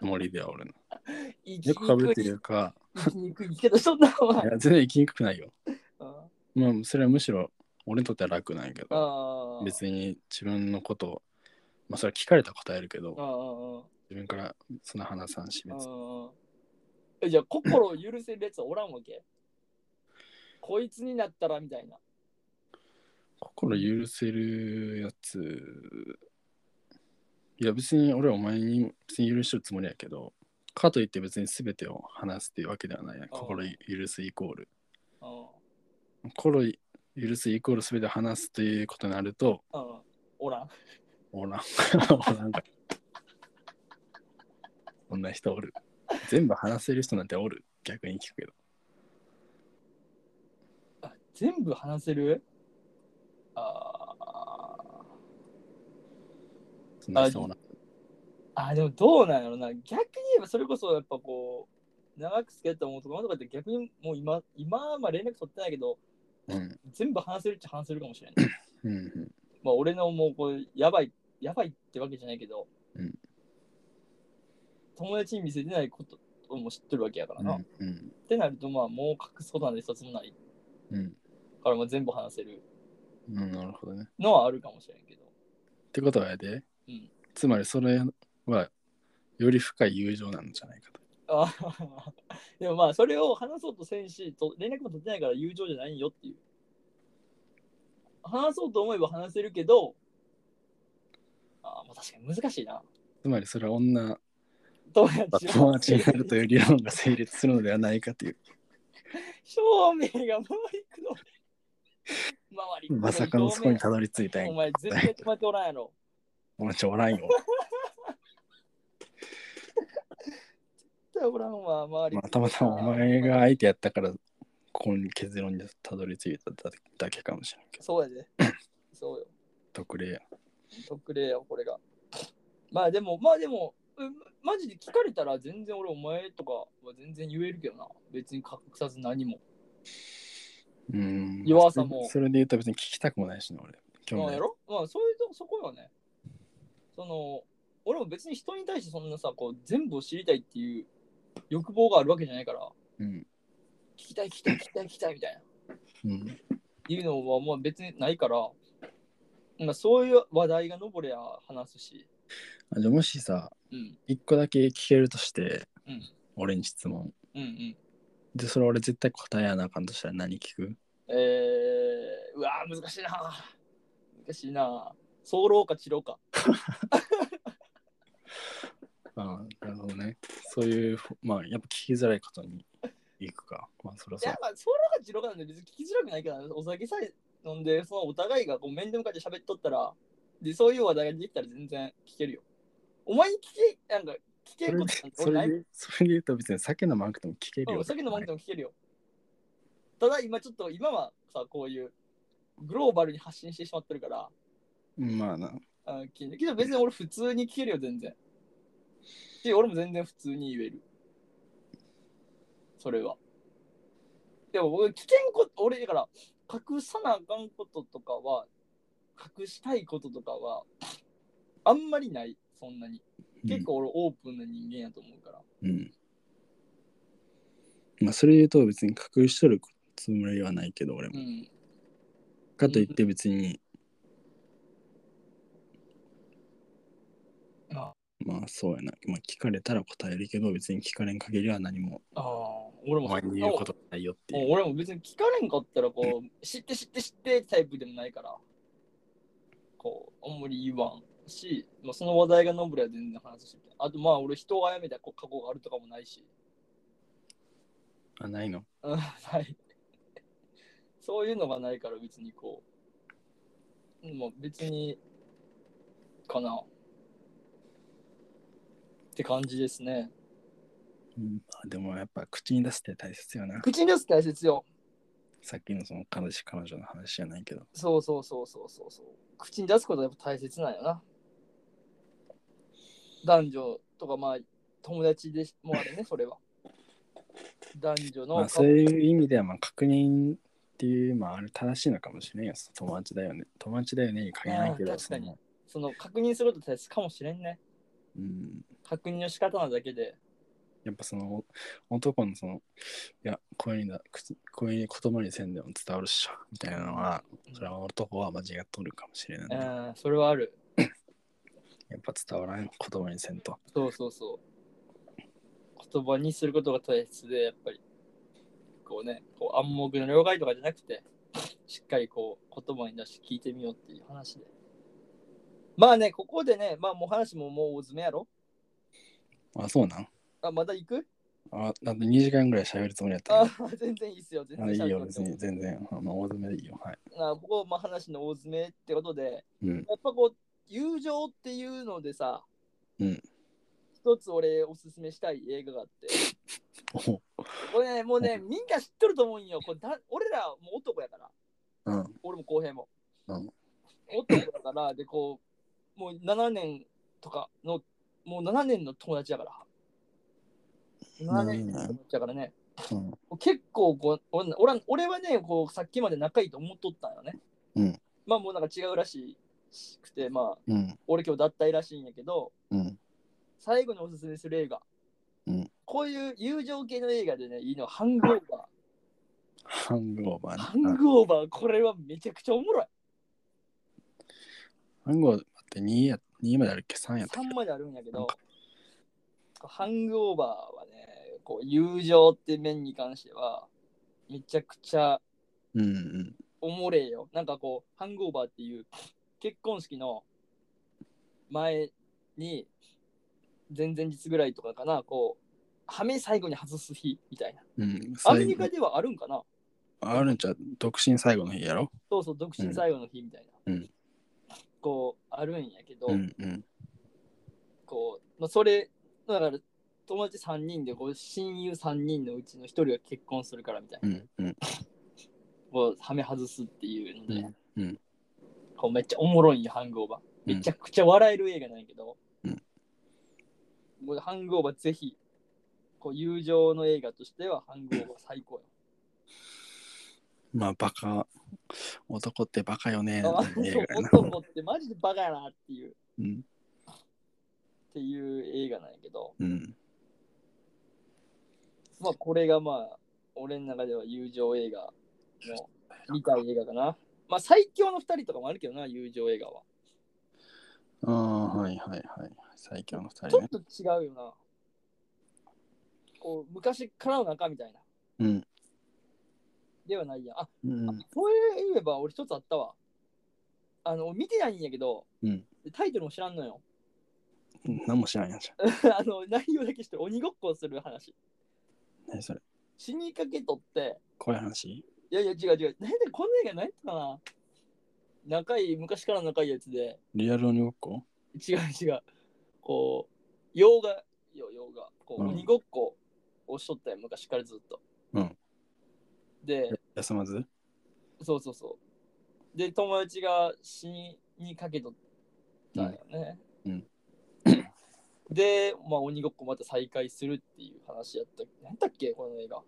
[SPEAKER 1] つもりでは俺の
[SPEAKER 2] うん。生きに
[SPEAKER 1] 猫かぶ
[SPEAKER 2] く
[SPEAKER 1] っ
[SPEAKER 2] い
[SPEAKER 1] ていうか
[SPEAKER 2] 生きにくいけど、そんなの
[SPEAKER 1] い
[SPEAKER 2] は
[SPEAKER 1] や。全然生きにくくないよ
[SPEAKER 2] あ
[SPEAKER 1] まあそれはむしろ俺にとっては楽なんやけど
[SPEAKER 2] あ。に。
[SPEAKER 1] 別に自分のことをまあそれは聞かれたら答えるけ
[SPEAKER 2] あ
[SPEAKER 1] ど
[SPEAKER 2] あ。
[SPEAKER 1] 自分からそんな話さんし別に
[SPEAKER 2] うんえじゃあ心を許せるやつはおらんわけ こいつになったらみたいな。
[SPEAKER 1] 心許せるやついや別に俺はお前に別に許してるつもりやけどかといって別に全てを話すっていうわけではないやん
[SPEAKER 2] あー
[SPEAKER 1] 心許すイコール
[SPEAKER 2] うん
[SPEAKER 1] 心許すイコール全てを話すということになると
[SPEAKER 2] うん、おらん。
[SPEAKER 1] おらんおらんか そんな人おる全部話せる人なんておる逆に聞くけど
[SPEAKER 2] あ全部話せるあー
[SPEAKER 1] そんな人おらん
[SPEAKER 2] あ、でもどうなんやろな。逆に言えばそれこそやっぱこう、長く付き合った元カノとかって逆にもう今、今はまあ連絡取ってないけど、
[SPEAKER 1] うん
[SPEAKER 2] 全部話せるっちゃ話せるか もしれない。
[SPEAKER 1] うんうん
[SPEAKER 2] まあ俺のもうこう、やばい、やばいってわけじゃないけど、
[SPEAKER 1] うん
[SPEAKER 2] 友達に見せてないことも知ってるわけやから
[SPEAKER 1] う
[SPEAKER 2] な。
[SPEAKER 1] んうん
[SPEAKER 2] ってなると、まあ、もう隠すことなんで一つもない
[SPEAKER 1] うん
[SPEAKER 2] から、もう全部話せる
[SPEAKER 1] うんなるほどね
[SPEAKER 2] のはあるかもしれんけど。
[SPEAKER 1] ってことはやで、
[SPEAKER 2] うん
[SPEAKER 1] つまりそれはより深い友情なんじゃないかと。
[SPEAKER 2] あ でもまあ、それを話そうとせんし、と連絡も取ってないから友情じゃないよっていう。話そうと思えば話せるけど、あーまあ確かに難しいな。
[SPEAKER 1] つまりそれは女
[SPEAKER 2] 友達
[SPEAKER 1] 友達になるという理論が成立するのではないかと いう。
[SPEAKER 2] 照明が回りくどい。回りくどい。
[SPEAKER 1] まさかのそこにたどり着いたん
[SPEAKER 2] お
[SPEAKER 1] や。
[SPEAKER 2] 前、絶対止まっておらんや ろ。
[SPEAKER 1] もうちょおらんよ。
[SPEAKER 2] 絶対おらんわ、回り
[SPEAKER 1] ま
[SPEAKER 2] く
[SPEAKER 1] あ、
[SPEAKER 2] どい
[SPEAKER 1] たまたまお前が相手やったから、ここに結論にたどり着いただけかもしれんけど。
[SPEAKER 2] そうやで。そうよ。
[SPEAKER 1] 特例や。
[SPEAKER 2] 特例よ、これが。まあでも、まあでも、うんマジで聞かれたら全然俺お前とかは全然言えるけどな。別に隠さず何も。
[SPEAKER 1] うん。
[SPEAKER 2] 弱さも
[SPEAKER 1] それで言うと別に聞きたくもないしね、俺。興
[SPEAKER 2] まあ
[SPEAKER 1] 味な
[SPEAKER 2] や
[SPEAKER 1] い。
[SPEAKER 2] ろまあそういうとそこよね。その、俺も別に人に対してそんなさ、こう全部を知りたいっていう欲望があるわけじゃないから、
[SPEAKER 1] うん。
[SPEAKER 2] 聞きたい、聞きたい、聞きたい、聞きたいみたいな。
[SPEAKER 1] うん。
[SPEAKER 2] いうのはもう別にないから、まあ、そういう話題が登れや話すし、
[SPEAKER 1] あじゃあもしさ、
[SPEAKER 2] うん、
[SPEAKER 1] 一個だけ聞けるとして、
[SPEAKER 2] うん
[SPEAKER 1] 俺に質問。
[SPEAKER 2] うん、うん。
[SPEAKER 1] で、それ俺絶対答えやなあかんとしたら何聞く
[SPEAKER 2] えー、うわー、難しいな。難しいな。早漏か治療か。
[SPEAKER 1] ああ、なるほどね。そういう、まあ、やっぱ聞きづらいことに行くか。まあ、そろ
[SPEAKER 2] い
[SPEAKER 1] そ
[SPEAKER 2] や
[SPEAKER 1] ろ。、
[SPEAKER 2] まあ、早漏か治療かなんで別に聞きづらくないから、お酒さえ飲んで、そのお互いがこう面で向かって喋っとったら、で、そういう話題ができたら全然聞けるよ。お前に聞け、なんか、聞け
[SPEAKER 1] そ
[SPEAKER 2] る
[SPEAKER 1] れ
[SPEAKER 2] こ
[SPEAKER 1] で
[SPEAKER 2] となん、て
[SPEAKER 1] そ
[SPEAKER 2] 俺な
[SPEAKER 1] れ
[SPEAKER 2] い
[SPEAKER 1] で、それで言うと別に酒飲まなくても聞ける
[SPEAKER 2] う
[SPEAKER 1] よ。
[SPEAKER 2] ん、酒飲まんでも聞けるよ。ただ今ちょっと、今はさ、こういうグローバルに発信してしまってるから、
[SPEAKER 1] うんまあな。
[SPEAKER 2] あ聞いてけど別に俺普通に聞けるよ、全然。で、俺も全然普通に言える。それは。でも僕、危険こ俺だから、隠さなあかんこととかは、隠したいこととかは、あんまりない、そんなに。結構俺オープンな人間やと思うから。
[SPEAKER 1] うん。まあ、それで言うと別に隠しとるつもりはないけど、俺
[SPEAKER 2] う
[SPEAKER 1] も。
[SPEAKER 2] ん。
[SPEAKER 1] かといって別に、
[SPEAKER 2] あ
[SPEAKER 1] まあ、そうやな。まあ、聞かれたら答えるけど、別に聞かれん限りは何も
[SPEAKER 2] ああ、俺も
[SPEAKER 1] お前に言うことないよって
[SPEAKER 2] もう
[SPEAKER 1] いう。
[SPEAKER 2] 俺も別に聞かれんかったらこう知って知って知ってタイプでもないからこうあんまり言わんし、まあ、その話題がノブレは全然話しててあとまあ俺人を殺めたこう過去があるとかもないし
[SPEAKER 1] あ、ないの
[SPEAKER 2] うんない そういうのがないから別にこうもう別にかなって感じですね
[SPEAKER 1] うん、あでもやっぱ口に出すって大切よな。
[SPEAKER 2] 口に出す大切よ
[SPEAKER 1] さっきのその彼氏彼女の話じゃないけど。
[SPEAKER 2] そうそうそうそうそうそう。口に出すことがやっぱ大切なんよな。男女とかまあ友達でもあるね、それは。男女の
[SPEAKER 1] まあ、
[SPEAKER 2] 顔
[SPEAKER 1] そういう意味ではまあ確認っていう、まあ、あれ正しいのかもしれないよ。その友達だよね。友達だよねに限らないけ
[SPEAKER 2] あ
[SPEAKER 1] ど。
[SPEAKER 2] あ確かに
[SPEAKER 1] その
[SPEAKER 2] その確認すること大切かもしれんね。
[SPEAKER 1] うん、
[SPEAKER 2] 確認の仕方なだけで。
[SPEAKER 1] やっぱその男のその、いや、こういうの口こういう言葉にせんでも伝わるっしょ。みたいなのは、それは男は間違っとるかもしれないな、
[SPEAKER 2] うん、それはある。
[SPEAKER 1] やっぱ伝わらん言葉にせんと。
[SPEAKER 2] そうそうそう。言葉にすることが大切で、やっぱり、こうね、こう暗黙の了解とかじゃなくて、しっかりこう言葉に出して聞いてみようっていう話で。まあね、ここでね、まあもう話ももう大詰めやろ
[SPEAKER 1] あ、そうなん
[SPEAKER 2] あ、また行く
[SPEAKER 1] あ、だって2時間ぐらい喋るつもりやった
[SPEAKER 2] あ
[SPEAKER 1] け
[SPEAKER 2] 全然いいっすよ、全
[SPEAKER 1] ど。
[SPEAKER 2] 然
[SPEAKER 1] あいい
[SPEAKER 2] 喋って
[SPEAKER 1] よ、
[SPEAKER 2] なく
[SPEAKER 1] 別
[SPEAKER 2] ても
[SPEAKER 1] に全然。あまあ、大詰めでいいよ。はい。
[SPEAKER 2] あここ、まあ、話の大詰めってことで、
[SPEAKER 1] うん。
[SPEAKER 2] やっぱこう、友情っていうのでさ、
[SPEAKER 1] うん
[SPEAKER 2] 一つ俺おすすめしたい映画があって。
[SPEAKER 1] お
[SPEAKER 2] これね、もうね、みんな知っとると思うんよ。これだ俺らもう男やから、
[SPEAKER 1] うん。
[SPEAKER 2] 俺も後平も。
[SPEAKER 1] うん
[SPEAKER 2] 男だから、で、こう、もう7年とかの、もう7年の友達やから。7年の友達やからね。
[SPEAKER 1] うん。
[SPEAKER 2] 結構こう俺俺は、俺はね、こう、さっきまで仲いいと思っとったんよね。
[SPEAKER 1] うん
[SPEAKER 2] まあ、もうなんか違うらしくて、まあ、
[SPEAKER 1] うん。
[SPEAKER 2] 俺今日脱退らしいんやけど、
[SPEAKER 1] うん。
[SPEAKER 2] 最後におすすめする映画。
[SPEAKER 1] うん
[SPEAKER 2] こういう友情系の映画でね、いいのはハングオーバー。
[SPEAKER 1] ハングオーバーね。
[SPEAKER 2] ハングオーバー、これはめちゃくちゃおもろい。
[SPEAKER 1] ハングオーバーって2や、2まであるっけ ?3 やったっけ
[SPEAKER 2] 3まであるんやけど、ハングオーバーはね、こう友情って面に関しては、めちゃくちゃ
[SPEAKER 1] うんうん。
[SPEAKER 2] おもれえよ。なんかこう、ハングオーバーっていう結婚式の前に、前々日ぐらいとかかな、こう、ハメ最後に外す日みたいな。
[SPEAKER 1] うん、
[SPEAKER 2] アメ
[SPEAKER 1] 最後
[SPEAKER 2] リカではあるんかな
[SPEAKER 1] あるんちゃう独身最後の日やろ
[SPEAKER 2] そうそう、独身最後の日みたいな。
[SPEAKER 1] うん
[SPEAKER 2] こう、あるんやけど、
[SPEAKER 1] うんうん
[SPEAKER 2] こう、まあ、それだから友達3人でこう親友3人のうちの1人が結婚するからみたいな、
[SPEAKER 1] うんうん
[SPEAKER 2] こうはめ外すっていうので、
[SPEAKER 1] うんうん
[SPEAKER 2] こうめっちゃおもろいんよハングオーバー
[SPEAKER 1] うん
[SPEAKER 2] めちゃくちゃ笑える映画なんやけど、
[SPEAKER 1] うん
[SPEAKER 2] もうハングオーバーぜひこう友情の映画としてはハングオーバー最高よ
[SPEAKER 1] まあバカ男ってバカよね
[SPEAKER 2] あ
[SPEAKER 1] っていう映画やな
[SPEAKER 2] そう男ってマジでバカやなっていう
[SPEAKER 1] うん
[SPEAKER 2] っていう映画なんやけど
[SPEAKER 1] うん
[SPEAKER 2] まあ、これがまあ、俺の中では友情映画の見たい映画かな。まあ、最強の2人とかもあるけどな、友情映画は。
[SPEAKER 1] ああ、はいはいはい。最強の二
[SPEAKER 2] ち
[SPEAKER 1] 人
[SPEAKER 2] ょ
[SPEAKER 1] ね
[SPEAKER 2] っ。と違うよな。こう昔からの仲みたいな。
[SPEAKER 1] うん。
[SPEAKER 2] ではないやん。あ、
[SPEAKER 1] うん。
[SPEAKER 2] そういえば俺一つあったわ。あの、見てないんやけど、
[SPEAKER 1] うん
[SPEAKER 2] タイトルも知らんのよ。
[SPEAKER 1] 何も知らんやんじ
[SPEAKER 2] あの、内容だけして鬼ごっこをする話。
[SPEAKER 1] ゃん。何それ
[SPEAKER 2] 死にかけとって、
[SPEAKER 1] 怖い話
[SPEAKER 2] いやいや違う違う。なんでこんな映画ないったかな仲いい、昔からの仲いいやつで、
[SPEAKER 1] リアル鬼ごっこ
[SPEAKER 2] 違う違う。こう、洋画、よ洋画、こう、
[SPEAKER 1] うん
[SPEAKER 2] 鬼ごっこをしとったよ、昔からずっと。
[SPEAKER 1] うん
[SPEAKER 2] で、
[SPEAKER 1] 休まず
[SPEAKER 2] そうそうそう。で、友達が死にかけとったよね。
[SPEAKER 1] うん
[SPEAKER 2] で、まあ、鬼ごっこまた再開するっていう話やった。なんだっけ、この映画。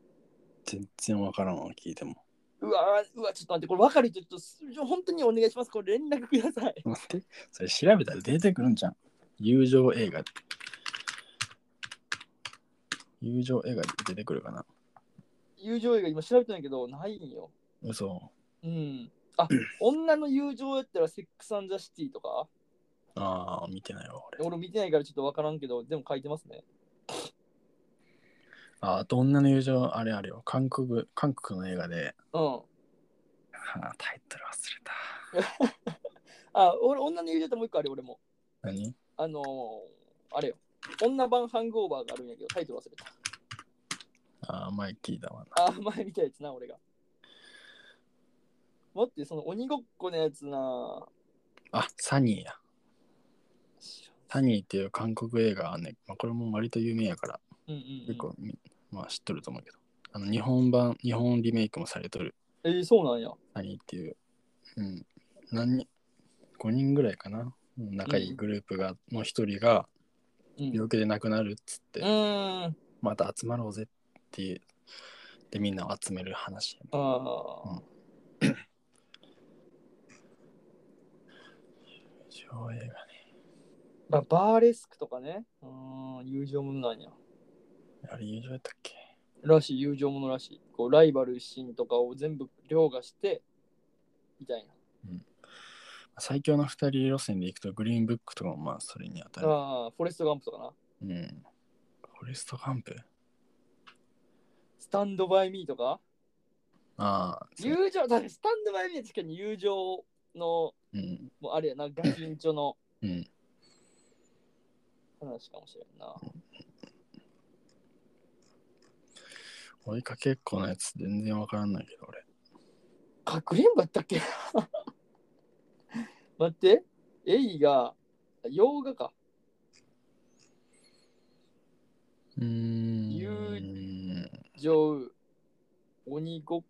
[SPEAKER 1] 全然わからんわ、聞いても。
[SPEAKER 2] うわーうわ、ちょっと待って、これ分かる人、ちょっとす、本当にお願いします。これ連絡ください。
[SPEAKER 1] 待って、それ調べたら出てくるんじゃん。友情映画。友情映画で出てくるかな
[SPEAKER 2] 友情映画今調べてないけど、ないんよ。
[SPEAKER 1] 嘘。
[SPEAKER 2] うん。あ、女の友情やったら、セックスアンザシティとか
[SPEAKER 1] ああ、見てないわ、俺。
[SPEAKER 2] 俺見てないからちょっと分からんけど、でも書いてますね。
[SPEAKER 1] ああ、あと女の友情、あれあれよ。韓国、韓国の映画で。
[SPEAKER 2] うん。
[SPEAKER 1] ああ、タイトル忘れた。
[SPEAKER 2] あ、俺、女の友情ってもう一個あるよ、俺も。
[SPEAKER 1] 何
[SPEAKER 2] あのー、あれよ。女版ハングオーバーがあるんやけど、タイトル忘れた。
[SPEAKER 1] ああ、前聞いたわな。
[SPEAKER 2] あ、前見たやつな、俺が。待って、その鬼ごっこのやつな。
[SPEAKER 1] あ、サニーや。
[SPEAKER 2] 知らん
[SPEAKER 1] サニーっていう韓国映画はね、まあ、これも割と有名やから、
[SPEAKER 2] うんうん、うん。
[SPEAKER 1] 結構み、まあ知っとると思うけど。あの、日本版、日本リメイクもされとる。
[SPEAKER 2] えーそうなんや。
[SPEAKER 1] サニーっていう。うん。何人 ?5 人ぐらいかな。うん仲いいグループが、の一人が
[SPEAKER 2] うん。
[SPEAKER 1] 病気で亡くなるっつって、
[SPEAKER 2] うーん。
[SPEAKER 1] また集まろうぜっていう。で、みんなを集める話やね、
[SPEAKER 2] ああ。
[SPEAKER 1] 上映が
[SPEAKER 2] まあ、バーレスクとかね。うーん、友情ものなんや。
[SPEAKER 1] ね。あれ、友情やったっけ
[SPEAKER 2] らしい、友情ものらしい。こう、ライバルシーンとかを全部凌駕して、みたいな。
[SPEAKER 1] 最強の二人路線で行くと、グリーンブックとかもまあ、それに当たる。
[SPEAKER 2] ああ、フォレストガンプとかな。
[SPEAKER 1] うん。フォレストガンプ
[SPEAKER 2] スタンドバイミーとか。
[SPEAKER 1] ああ、そう
[SPEAKER 2] 友情、だからスタンドバイミーは確かに友情の、
[SPEAKER 1] うん。
[SPEAKER 2] もうあれやな、ガキンチョの
[SPEAKER 1] うん。
[SPEAKER 2] 話かもしれんな。
[SPEAKER 1] 追いかけっこのやつ全然わからんないけど俺。
[SPEAKER 2] かくれんぼやったっけ 待って、エイが、洋画か。
[SPEAKER 1] うーん。
[SPEAKER 2] 友
[SPEAKER 1] うん
[SPEAKER 2] 女王、鬼ごっ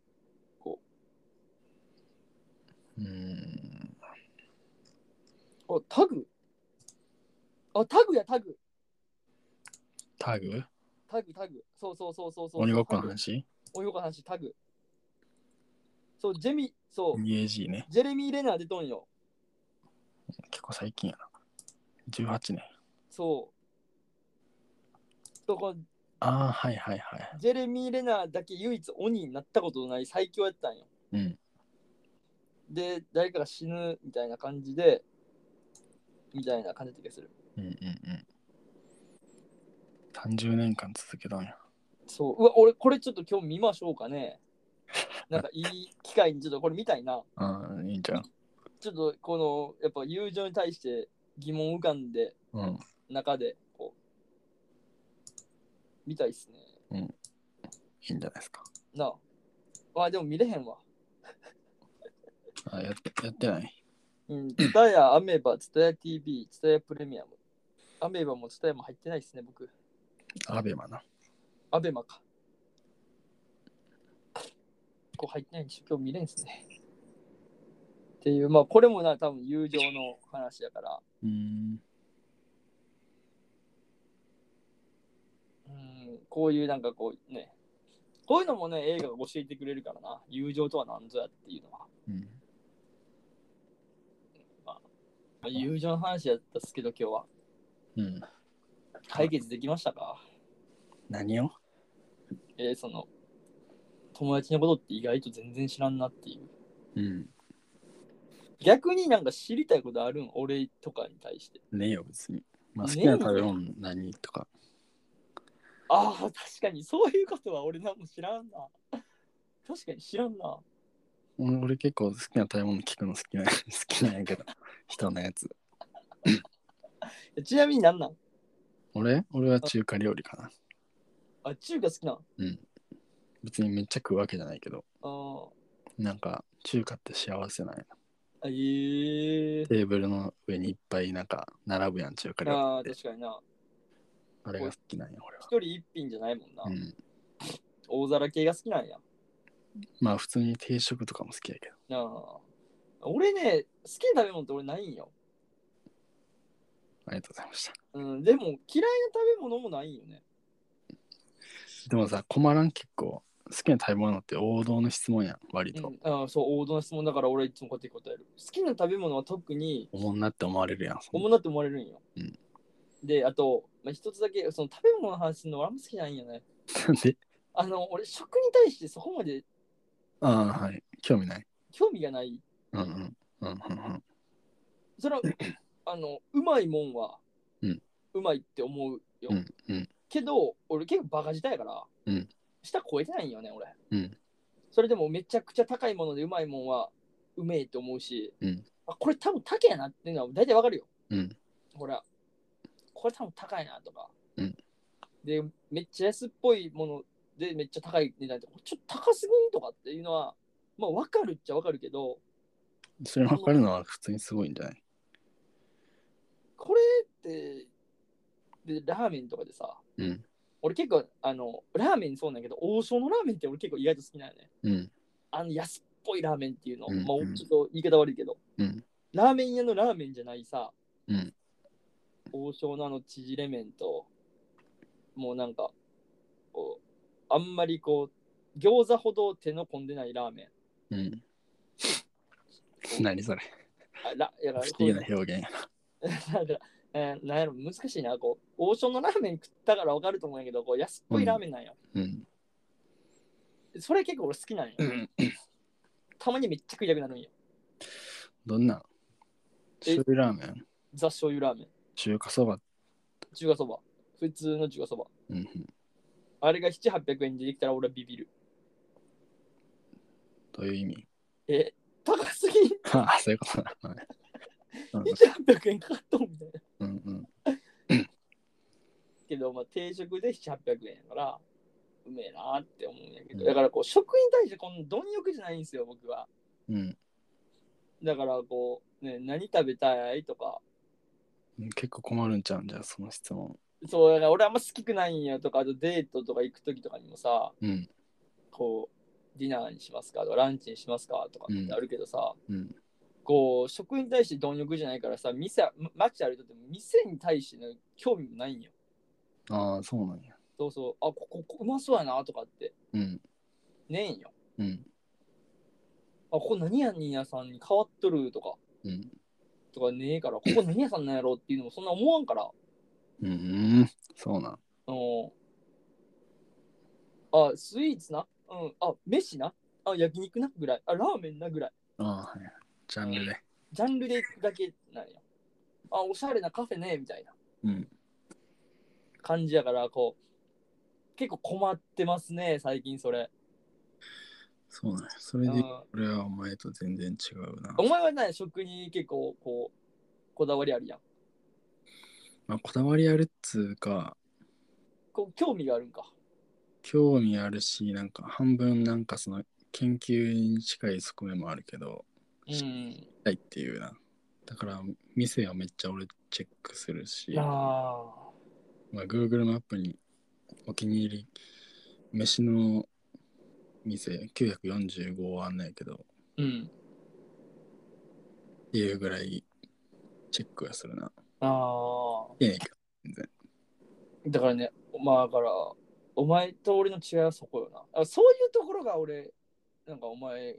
[SPEAKER 1] うん。
[SPEAKER 2] こ、あ、タグあ、タグや、タグ。
[SPEAKER 1] タグ
[SPEAKER 2] タグ、タグ。そうそうそうそうそう。
[SPEAKER 1] 鬼ごっこの
[SPEAKER 2] タグ。
[SPEAKER 1] 話
[SPEAKER 2] 鬼ごっこの話、タグ。そう、ジェミ、そう、
[SPEAKER 1] ?EAG ね。
[SPEAKER 2] ジェレミー・レナー出とんよ。
[SPEAKER 1] 結構最近やな。18年。
[SPEAKER 2] そう。とこの
[SPEAKER 1] ああ、はいはいはい。
[SPEAKER 2] ジェレミー・レナーだけ唯一鬼になったことのない最強やったんよ。
[SPEAKER 1] うん。
[SPEAKER 2] で、誰かが死ぬみたいな感じで、みたいな感じがする。
[SPEAKER 1] うんうんうん。30年間続けたんや。
[SPEAKER 2] そう。うわ、俺、これちょっと今日見ましょうかね。なんかいい機会にちょっとこれ見たいな。
[SPEAKER 1] ああ、いいんじゃん。
[SPEAKER 2] ちょっとこの、やっぱ友情に対して疑問浮かんで、
[SPEAKER 1] うん。
[SPEAKER 2] 中で、こう、見たいっすね。
[SPEAKER 1] いいんじゃないですか。
[SPEAKER 2] なあ。まあ、でも見れへんわ。
[SPEAKER 1] あやってやってない。
[SPEAKER 2] うん、ツタヤ、アメーバ、ツタヤ TV、ツタヤプレミアム。アメーバもツタヤも入ってないですね、僕。
[SPEAKER 1] アベマな。
[SPEAKER 2] アベマか。こう入ってないんでしょ、今日見れんすね。っていう、まあこれもな、多分友情の話だから。
[SPEAKER 1] うーん。
[SPEAKER 2] うん、こういうなんかこうね、こういうのもね、映画が教えてくれるからな。友情とは何ぞやっていうのは。
[SPEAKER 1] うん。
[SPEAKER 2] まあ友情の話やったっすけど、今日は。
[SPEAKER 1] うん。
[SPEAKER 2] 解決できましたか
[SPEAKER 1] 何を
[SPEAKER 2] えーその、友達のことって意外と全然知らんなっていう。
[SPEAKER 1] うん。
[SPEAKER 2] 逆になんか知りたいことあるん俺とかに対して。
[SPEAKER 1] ねえよ、別に。まあ、好
[SPEAKER 2] ねえ
[SPEAKER 1] きな食べ物何とか。
[SPEAKER 2] ああ、確かにそういうことは俺なんも知らんな。確かに知らんな。
[SPEAKER 1] 俺俺結構好きな食べ物聞くの好きな 好きなんやけど、人のやつ。
[SPEAKER 2] えちなみになんなん
[SPEAKER 1] 俺俺は中華料理かな。
[SPEAKER 2] あ、中華好きなん
[SPEAKER 1] 別にめっちゃ食うわけじゃないけど、
[SPEAKER 2] あー
[SPEAKER 1] なんか中華って幸せなんやな。
[SPEAKER 2] あ、ええ
[SPEAKER 1] テーブルの上にいっぱいなんか並ぶやん、中華
[SPEAKER 2] あ
[SPEAKER 1] 料
[SPEAKER 2] あ、
[SPEAKER 1] 理って。
[SPEAKER 2] 確かにな。
[SPEAKER 1] あれが好きなんや、俺
[SPEAKER 2] 一
[SPEAKER 1] は。
[SPEAKER 2] 人一品じゃないもんな。
[SPEAKER 1] うん。
[SPEAKER 2] 大皿系が好きなんや。
[SPEAKER 1] まあ、普通に定食とかも好きやけど。
[SPEAKER 2] なあ。俺ね、好きな食べ物って俺ないんよ。
[SPEAKER 1] ありがとうございました。
[SPEAKER 2] うん、でも嫌いな食べ物もないんよね。
[SPEAKER 1] でもさ、困らん結構。好きな食べ物って王道の質問やん、割
[SPEAKER 2] う
[SPEAKER 1] と。
[SPEAKER 2] ん、あーそう、王道な質問だから俺いつもこうやって答える。好きな食べ物は特に
[SPEAKER 1] おもんなって思われるやん。そん
[SPEAKER 2] 主
[SPEAKER 1] な
[SPEAKER 2] なって思われるんよ。
[SPEAKER 1] うん
[SPEAKER 2] で、あと、まあ、一つだけ、その食べ物の話するの俺あんま好きじゃないんよね。
[SPEAKER 1] なんで
[SPEAKER 2] あの、俺食に対してそこまで
[SPEAKER 1] ああ、はい。興味ない。
[SPEAKER 2] 興味がない。
[SPEAKER 1] うんうん。うんうん
[SPEAKER 2] そ れは、あの、うまいもんは、
[SPEAKER 1] うん
[SPEAKER 2] まいって思うよ。
[SPEAKER 1] うん。うん
[SPEAKER 2] けど、俺結構バカ舌やから、
[SPEAKER 1] うん
[SPEAKER 2] 舌超えてないんよね、俺。
[SPEAKER 1] うん
[SPEAKER 2] それでもめちゃくちゃ高いものでうまいもんはうめえと思うし、
[SPEAKER 1] うん
[SPEAKER 2] あこれ多分高いなっていうのは大体わかるよ。
[SPEAKER 1] うん
[SPEAKER 2] ほら、これ多分高いなとか。
[SPEAKER 1] うん
[SPEAKER 2] で、めっちゃ安っぽいものでめっちゃ高い値段とか、ちょっと高すぎんとかっていうのは、まあわかるっちゃわかるけど、
[SPEAKER 1] うん。それ分かるのは普通にすごいんじゃない
[SPEAKER 2] これって、で、ラーメンとかでさ、
[SPEAKER 1] うん。
[SPEAKER 2] 俺結構、あの、ラーメンそうなんやけど、王将のラーメンって俺結構意外と好きなんよね。
[SPEAKER 1] うん。
[SPEAKER 2] あの安っぽいラーメンっていうの、
[SPEAKER 1] うんうん
[SPEAKER 2] まあ、ちょっと言い方悪いけど、
[SPEAKER 1] うん
[SPEAKER 2] ラーメン屋のラーメンじゃないさ、
[SPEAKER 1] うん
[SPEAKER 2] 王将のあの縮れ麺と、もうなんか、こうあんまりこう、餃子ほど手の込んでないラーメン。
[SPEAKER 1] うん。 何それ
[SPEAKER 2] あらやら
[SPEAKER 1] 不思議な表現や
[SPEAKER 2] なんか、えーなんやろ、難しいな、こう、王将のラーメン食ったからわかると思うんやけど、こう安っぽいラーメンなんよ。
[SPEAKER 1] な。うん。
[SPEAKER 2] それ結構俺好きなんよ。たまにめっちゃ食いたくなるんよ。
[SPEAKER 1] どんなん
[SPEAKER 2] え
[SPEAKER 1] 醤油ラーメン
[SPEAKER 2] ザ醤油ラーメン、
[SPEAKER 1] 中華そば。
[SPEAKER 2] 中華そば、普通の中華そば。
[SPEAKER 1] うんうん。
[SPEAKER 2] あれが7、800円でできたら俺はビビる。
[SPEAKER 1] どういう意味
[SPEAKER 2] え、高すぎん
[SPEAKER 1] ああ、そういうことなのね。
[SPEAKER 2] 7、800円かかっとんみたいな。
[SPEAKER 1] うんうん。
[SPEAKER 2] けど、まあ、定食で7、800円やから、うめえなって思うんやけ
[SPEAKER 1] う
[SPEAKER 2] ど。
[SPEAKER 1] ん
[SPEAKER 2] だから、こう、食に対してこの貪欲じゃないんですよ、僕は。
[SPEAKER 1] うん
[SPEAKER 2] だから、こう、ね、何食べたいとか、
[SPEAKER 1] うん。結構困るんちゃうんじゃあ、その質問。
[SPEAKER 2] そう、だから俺あんま好きくないんやとか、あとデートとか行くときとかにもさ、
[SPEAKER 1] うん。
[SPEAKER 2] こう、ディナーにしますかとか、ランチにしますかとかってあるけどさ、
[SPEAKER 1] うん。
[SPEAKER 2] こう、食に対して貪欲じゃないからさ、店、ま街歩いてても店に対しての興味もないんよ。
[SPEAKER 1] ああ、そうなんや。
[SPEAKER 2] そうそう、あ、ここここうまそうやなとかって、
[SPEAKER 1] うん。
[SPEAKER 2] ねえんよ。
[SPEAKER 1] うん。
[SPEAKER 2] あ、ここ何やねんやさんに変わっとるとか、
[SPEAKER 1] うん。
[SPEAKER 2] とかねえから、ここ何やさんなんやろっていうのもそんな思わんから、
[SPEAKER 1] うんうん。そうなん。
[SPEAKER 2] あのあ、スイーツな、うん、あ、飯な、あ、焼肉なぐらい、あ、ラーメンなぐらい、
[SPEAKER 1] ああ、はい。ジャンルで。
[SPEAKER 2] ジャンルでだけなんや。あ、おしゃれなカフェね、みたいな
[SPEAKER 1] うん。
[SPEAKER 2] 感じやから、こう、結構困ってますね、最近それ。
[SPEAKER 1] そうなんや。それ
[SPEAKER 2] う
[SPEAKER 1] で
[SPEAKER 2] ん、
[SPEAKER 1] 俺はお前と全然違うな。
[SPEAKER 2] お前はね、食に結構、こう、こだわりあるやん。
[SPEAKER 1] まあ、こだわりあるっつうか、
[SPEAKER 2] こう興味があるんか。
[SPEAKER 1] 興味あるし、なんか半分なんかその研究に近い側面もあるけど、
[SPEAKER 2] うん。
[SPEAKER 1] はいっていうな。だから店はめっちゃ俺チェックするし、
[SPEAKER 2] ああ。
[SPEAKER 1] まあ、Google マップにお気に入り、飯の店945あんないけど、
[SPEAKER 2] うん。
[SPEAKER 1] っていうぐらいチェックはするな。
[SPEAKER 2] ああ。
[SPEAKER 1] いやいや
[SPEAKER 2] だからね、まあだから、お前と俺の違いはそこよな。あそういうところが俺、なんかお前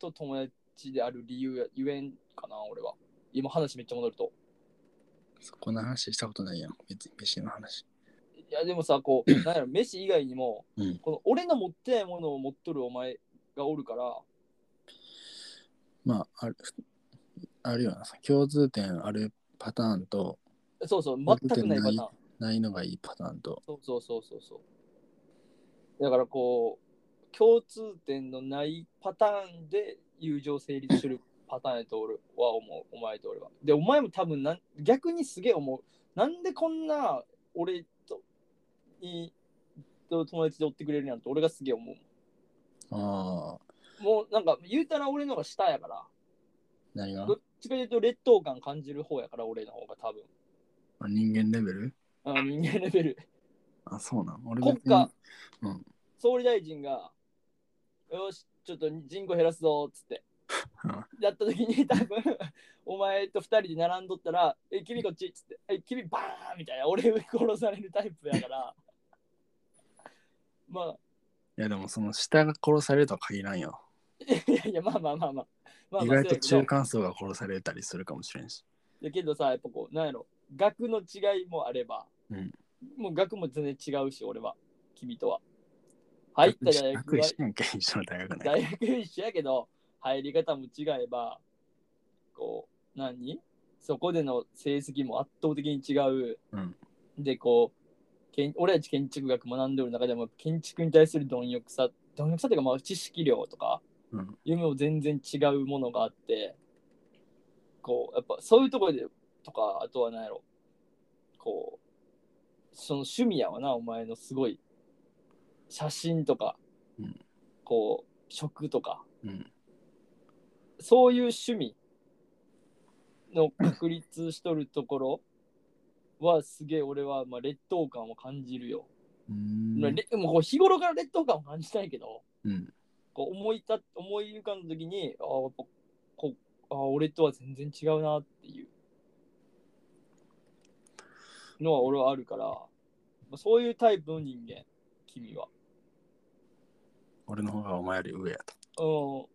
[SPEAKER 2] と友達である理由や、ゆえんかな、俺は。今話めっちゃ戻ると。
[SPEAKER 1] そこの話したことないやん。別に飯の話。
[SPEAKER 2] いやでもさ こうなんやろ飯以外にも、
[SPEAKER 1] うん
[SPEAKER 2] この俺の持ってないものを持っとるお前がおるから
[SPEAKER 1] まあ、ある、あるよな。共通点あるパターンと、
[SPEAKER 2] そうそう全くないパターン
[SPEAKER 1] ないのがいいパターンと。
[SPEAKER 2] そうそうそうそうそうだからこう共通点のないパターンで友情成立するパターンやと俺は思うお前と俺はでお前も多分なん逆にすげえ思うなんでこんな俺とにと友達で追ってくれるなんて俺がすげえ思う
[SPEAKER 1] ああ、
[SPEAKER 2] もうなんか言うたら俺の方が下やから
[SPEAKER 1] 何が
[SPEAKER 2] どっちかというと劣等感感じる方やから俺の方が多分
[SPEAKER 1] あ人間レベル
[SPEAKER 2] あ人間レベル
[SPEAKER 1] あ、そうなん。俺
[SPEAKER 2] 国
[SPEAKER 1] 別に
[SPEAKER 2] 家、
[SPEAKER 1] うん
[SPEAKER 2] 総理大臣が、よし、ちょっと人口減らすぞっつって
[SPEAKER 1] うん、
[SPEAKER 2] やった時に、多分 お前と二人で並んどったら、え、君こっちっつって、え、君バーンみたいな、俺殺されるタイプやから。 まあ、
[SPEAKER 1] いやでもその下が殺されるとは限らんよ。
[SPEAKER 2] いやいや、まあまあまあまあ。まあ、まあ、
[SPEAKER 1] 意外
[SPEAKER 2] そう
[SPEAKER 1] と
[SPEAKER 2] やけど
[SPEAKER 1] 中間層が殺されたりするかもしれんし。
[SPEAKER 2] だけどさ、やっぱこう、なんやろ、額の違いもあれば、
[SPEAKER 1] うん
[SPEAKER 2] もう額も全然違うし、俺は、君とは。入った大
[SPEAKER 1] 学
[SPEAKER 2] 学は
[SPEAKER 1] 一緒やんけ、一緒の大学ね。
[SPEAKER 2] 大学一緒やけど入り方も違えばこう何そこでの成績も圧倒的に違う、
[SPEAKER 1] うん
[SPEAKER 2] でこうけん俺たち建築学学んでる中でも建築に対する貪欲さ貪欲さっていうかまあ知識量とか、
[SPEAKER 1] うん
[SPEAKER 2] 夢も全然違うものがあってこうやっぱそういうところでとかあとは何やろこうその趣味やわなお前のすごい写真とか、
[SPEAKER 1] うん
[SPEAKER 2] こう食とか
[SPEAKER 1] うん。
[SPEAKER 2] そういう趣味の確立しとるところはすげえ俺はまあ劣等感を感じるよ。
[SPEAKER 1] うー
[SPEAKER 2] まあ
[SPEAKER 1] ん
[SPEAKER 2] れもうこう日頃から劣等感を感じたいけど
[SPEAKER 1] うん。
[SPEAKER 2] こう思いた思い浮かんだ時にああやっぱこあー俺とは全然違うなっていうのは俺はあるから、まあ、そういうタイプの人間君は。
[SPEAKER 1] 俺の方がお前より上やと。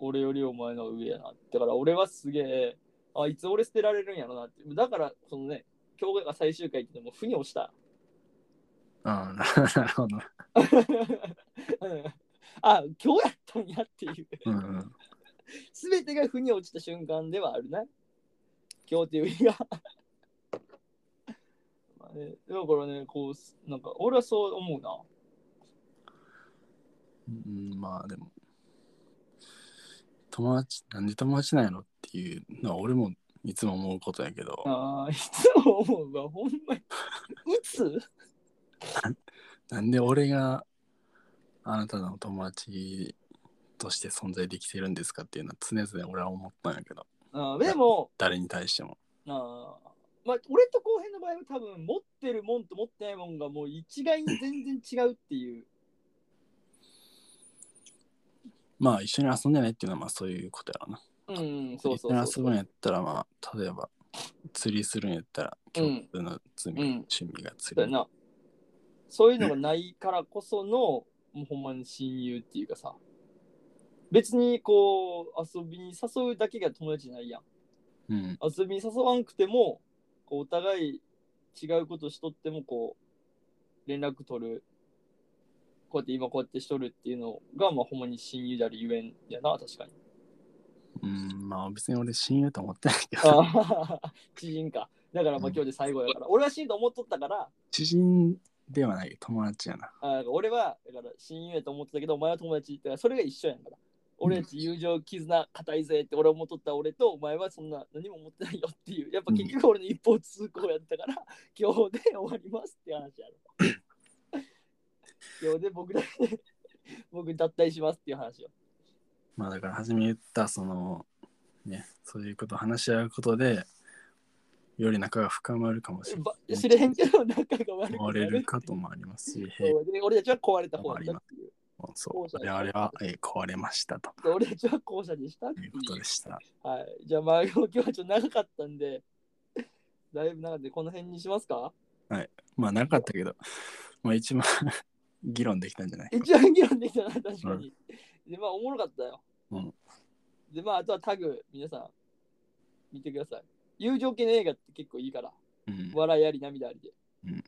[SPEAKER 2] うん、俺よりお前の上やな。だから俺はすげえ、あ、いつ俺捨てられるんやろなって。だから、そのね、今日が最終回っていうのも腑に落ちた。
[SPEAKER 1] ああ、なるほど。
[SPEAKER 2] うんあ、今日やったんやっていう。
[SPEAKER 1] うんうん。
[SPEAKER 2] すべてが腑に落ちた瞬間ではあるな。今日っていう日が。 まあね、だからね、こうす、なんか俺はそう思うな。
[SPEAKER 1] うん、まあでも友達なんで友達なんやろっていうのは俺もいつも思うことやけど、
[SPEAKER 2] ああ、いつも思うわ、ほんまに。うつ
[SPEAKER 1] なんで俺があなたの友達として存在できてるんですかっていうのは常々俺は思ったんやけど
[SPEAKER 2] あーでも、
[SPEAKER 1] 誰に対しても
[SPEAKER 2] ああまあ、俺と後編の場合は多分持ってるもんと持ってないもんがもう一概に全然違うっていう。
[SPEAKER 1] まあ一緒に遊んでないっていうのはまあそういうことやろな
[SPEAKER 2] うん、そうそう
[SPEAKER 1] 一
[SPEAKER 2] そ
[SPEAKER 1] 緒に遊ぶ
[SPEAKER 2] う
[SPEAKER 1] んやったらまあ例えば釣りするんやったら共通の罪、
[SPEAKER 2] うん
[SPEAKER 1] 趣味が釣
[SPEAKER 2] そうや
[SPEAKER 1] り、
[SPEAKER 2] な。そういうのがないからこその、もうほんまに親友っていうかさ。別にこう、遊びに誘うだけが友達じゃないやん。
[SPEAKER 1] うん、
[SPEAKER 2] 遊びに誘わんくても、こうお互い違うことしとっても、こう、連絡取る。こうやって今こうやってしとるっていうのが、まあほんまに親友であるゆえんやな、確かに。
[SPEAKER 1] うん、まあ別に俺親友と思ってないけど
[SPEAKER 2] ああ、知人か。だからまあ
[SPEAKER 1] うん
[SPEAKER 2] 今日で最後やから。俺は親友と思っとったから、
[SPEAKER 1] 知人ではない友達やな
[SPEAKER 2] あ俺はだから親友やと思ってたけど、お前は友達って、それが一緒やんから。俺たち友情、絆、固いぜって俺思っとった俺と、お前はそんな何も思ってないよっていう。やっぱ結局俺の一方通行やったから、 今日で終わりますって話やろ。今日で僕らで、僕脱退しますっていう話よ。
[SPEAKER 1] まあだから初め言ったそのねそういうことを話し合うことでより仲が深まるかもしれな
[SPEAKER 2] ば
[SPEAKER 1] い。
[SPEAKER 2] 知れへんけど仲が悪くな
[SPEAKER 1] 壊れ
[SPEAKER 2] る
[SPEAKER 1] るかともありますし、平
[SPEAKER 2] そうで俺たちは壊れた方だったっていう。
[SPEAKER 1] 凡そう我々はえー壊れましたと
[SPEAKER 2] で俺たちは後者でしたっ
[SPEAKER 1] い
[SPEAKER 2] ていう
[SPEAKER 1] ことでした。
[SPEAKER 2] はい。じゃあ、まあ、今日はちょっと長かったんで、 だいぶ長いんで、この辺にしますか
[SPEAKER 1] まあなかったけど、まあ一番 議論できたんじゃない
[SPEAKER 2] 一番議論できたな、確かに。で、まあ、おもろかったよ。
[SPEAKER 1] うん
[SPEAKER 2] で、まあ、あとはタグ、皆さん、見てください。友情系の映画って結構いいから、
[SPEAKER 1] うん、
[SPEAKER 2] 笑いあり、涙ありで。
[SPEAKER 1] うん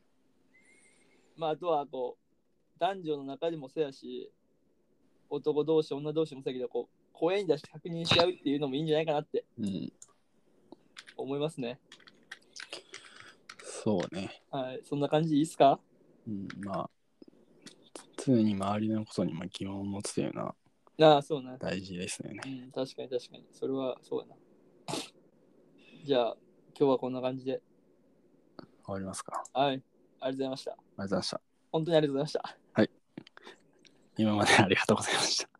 [SPEAKER 2] まあ、あとはこう男女の中でもそうやし男同士女同士もそうやけどこう声に出して確認し合うっていうのもいいんじゃないかなって
[SPEAKER 1] うん。
[SPEAKER 2] 思いますね
[SPEAKER 1] そうね。
[SPEAKER 2] はいそんな感じでいいっすか
[SPEAKER 1] うん、まあ、常に周りのことにも疑問を持つというのは
[SPEAKER 2] ああそうな
[SPEAKER 1] 大事ですよね
[SPEAKER 2] う。ん確かに確かにそれはそうやな じゃあ今日はこんな感じで
[SPEAKER 1] 終わりますか。あり
[SPEAKER 2] はいありがとうございました
[SPEAKER 1] がとうございました。
[SPEAKER 2] 本当にありがとうございました
[SPEAKER 1] 今までありがとうございました。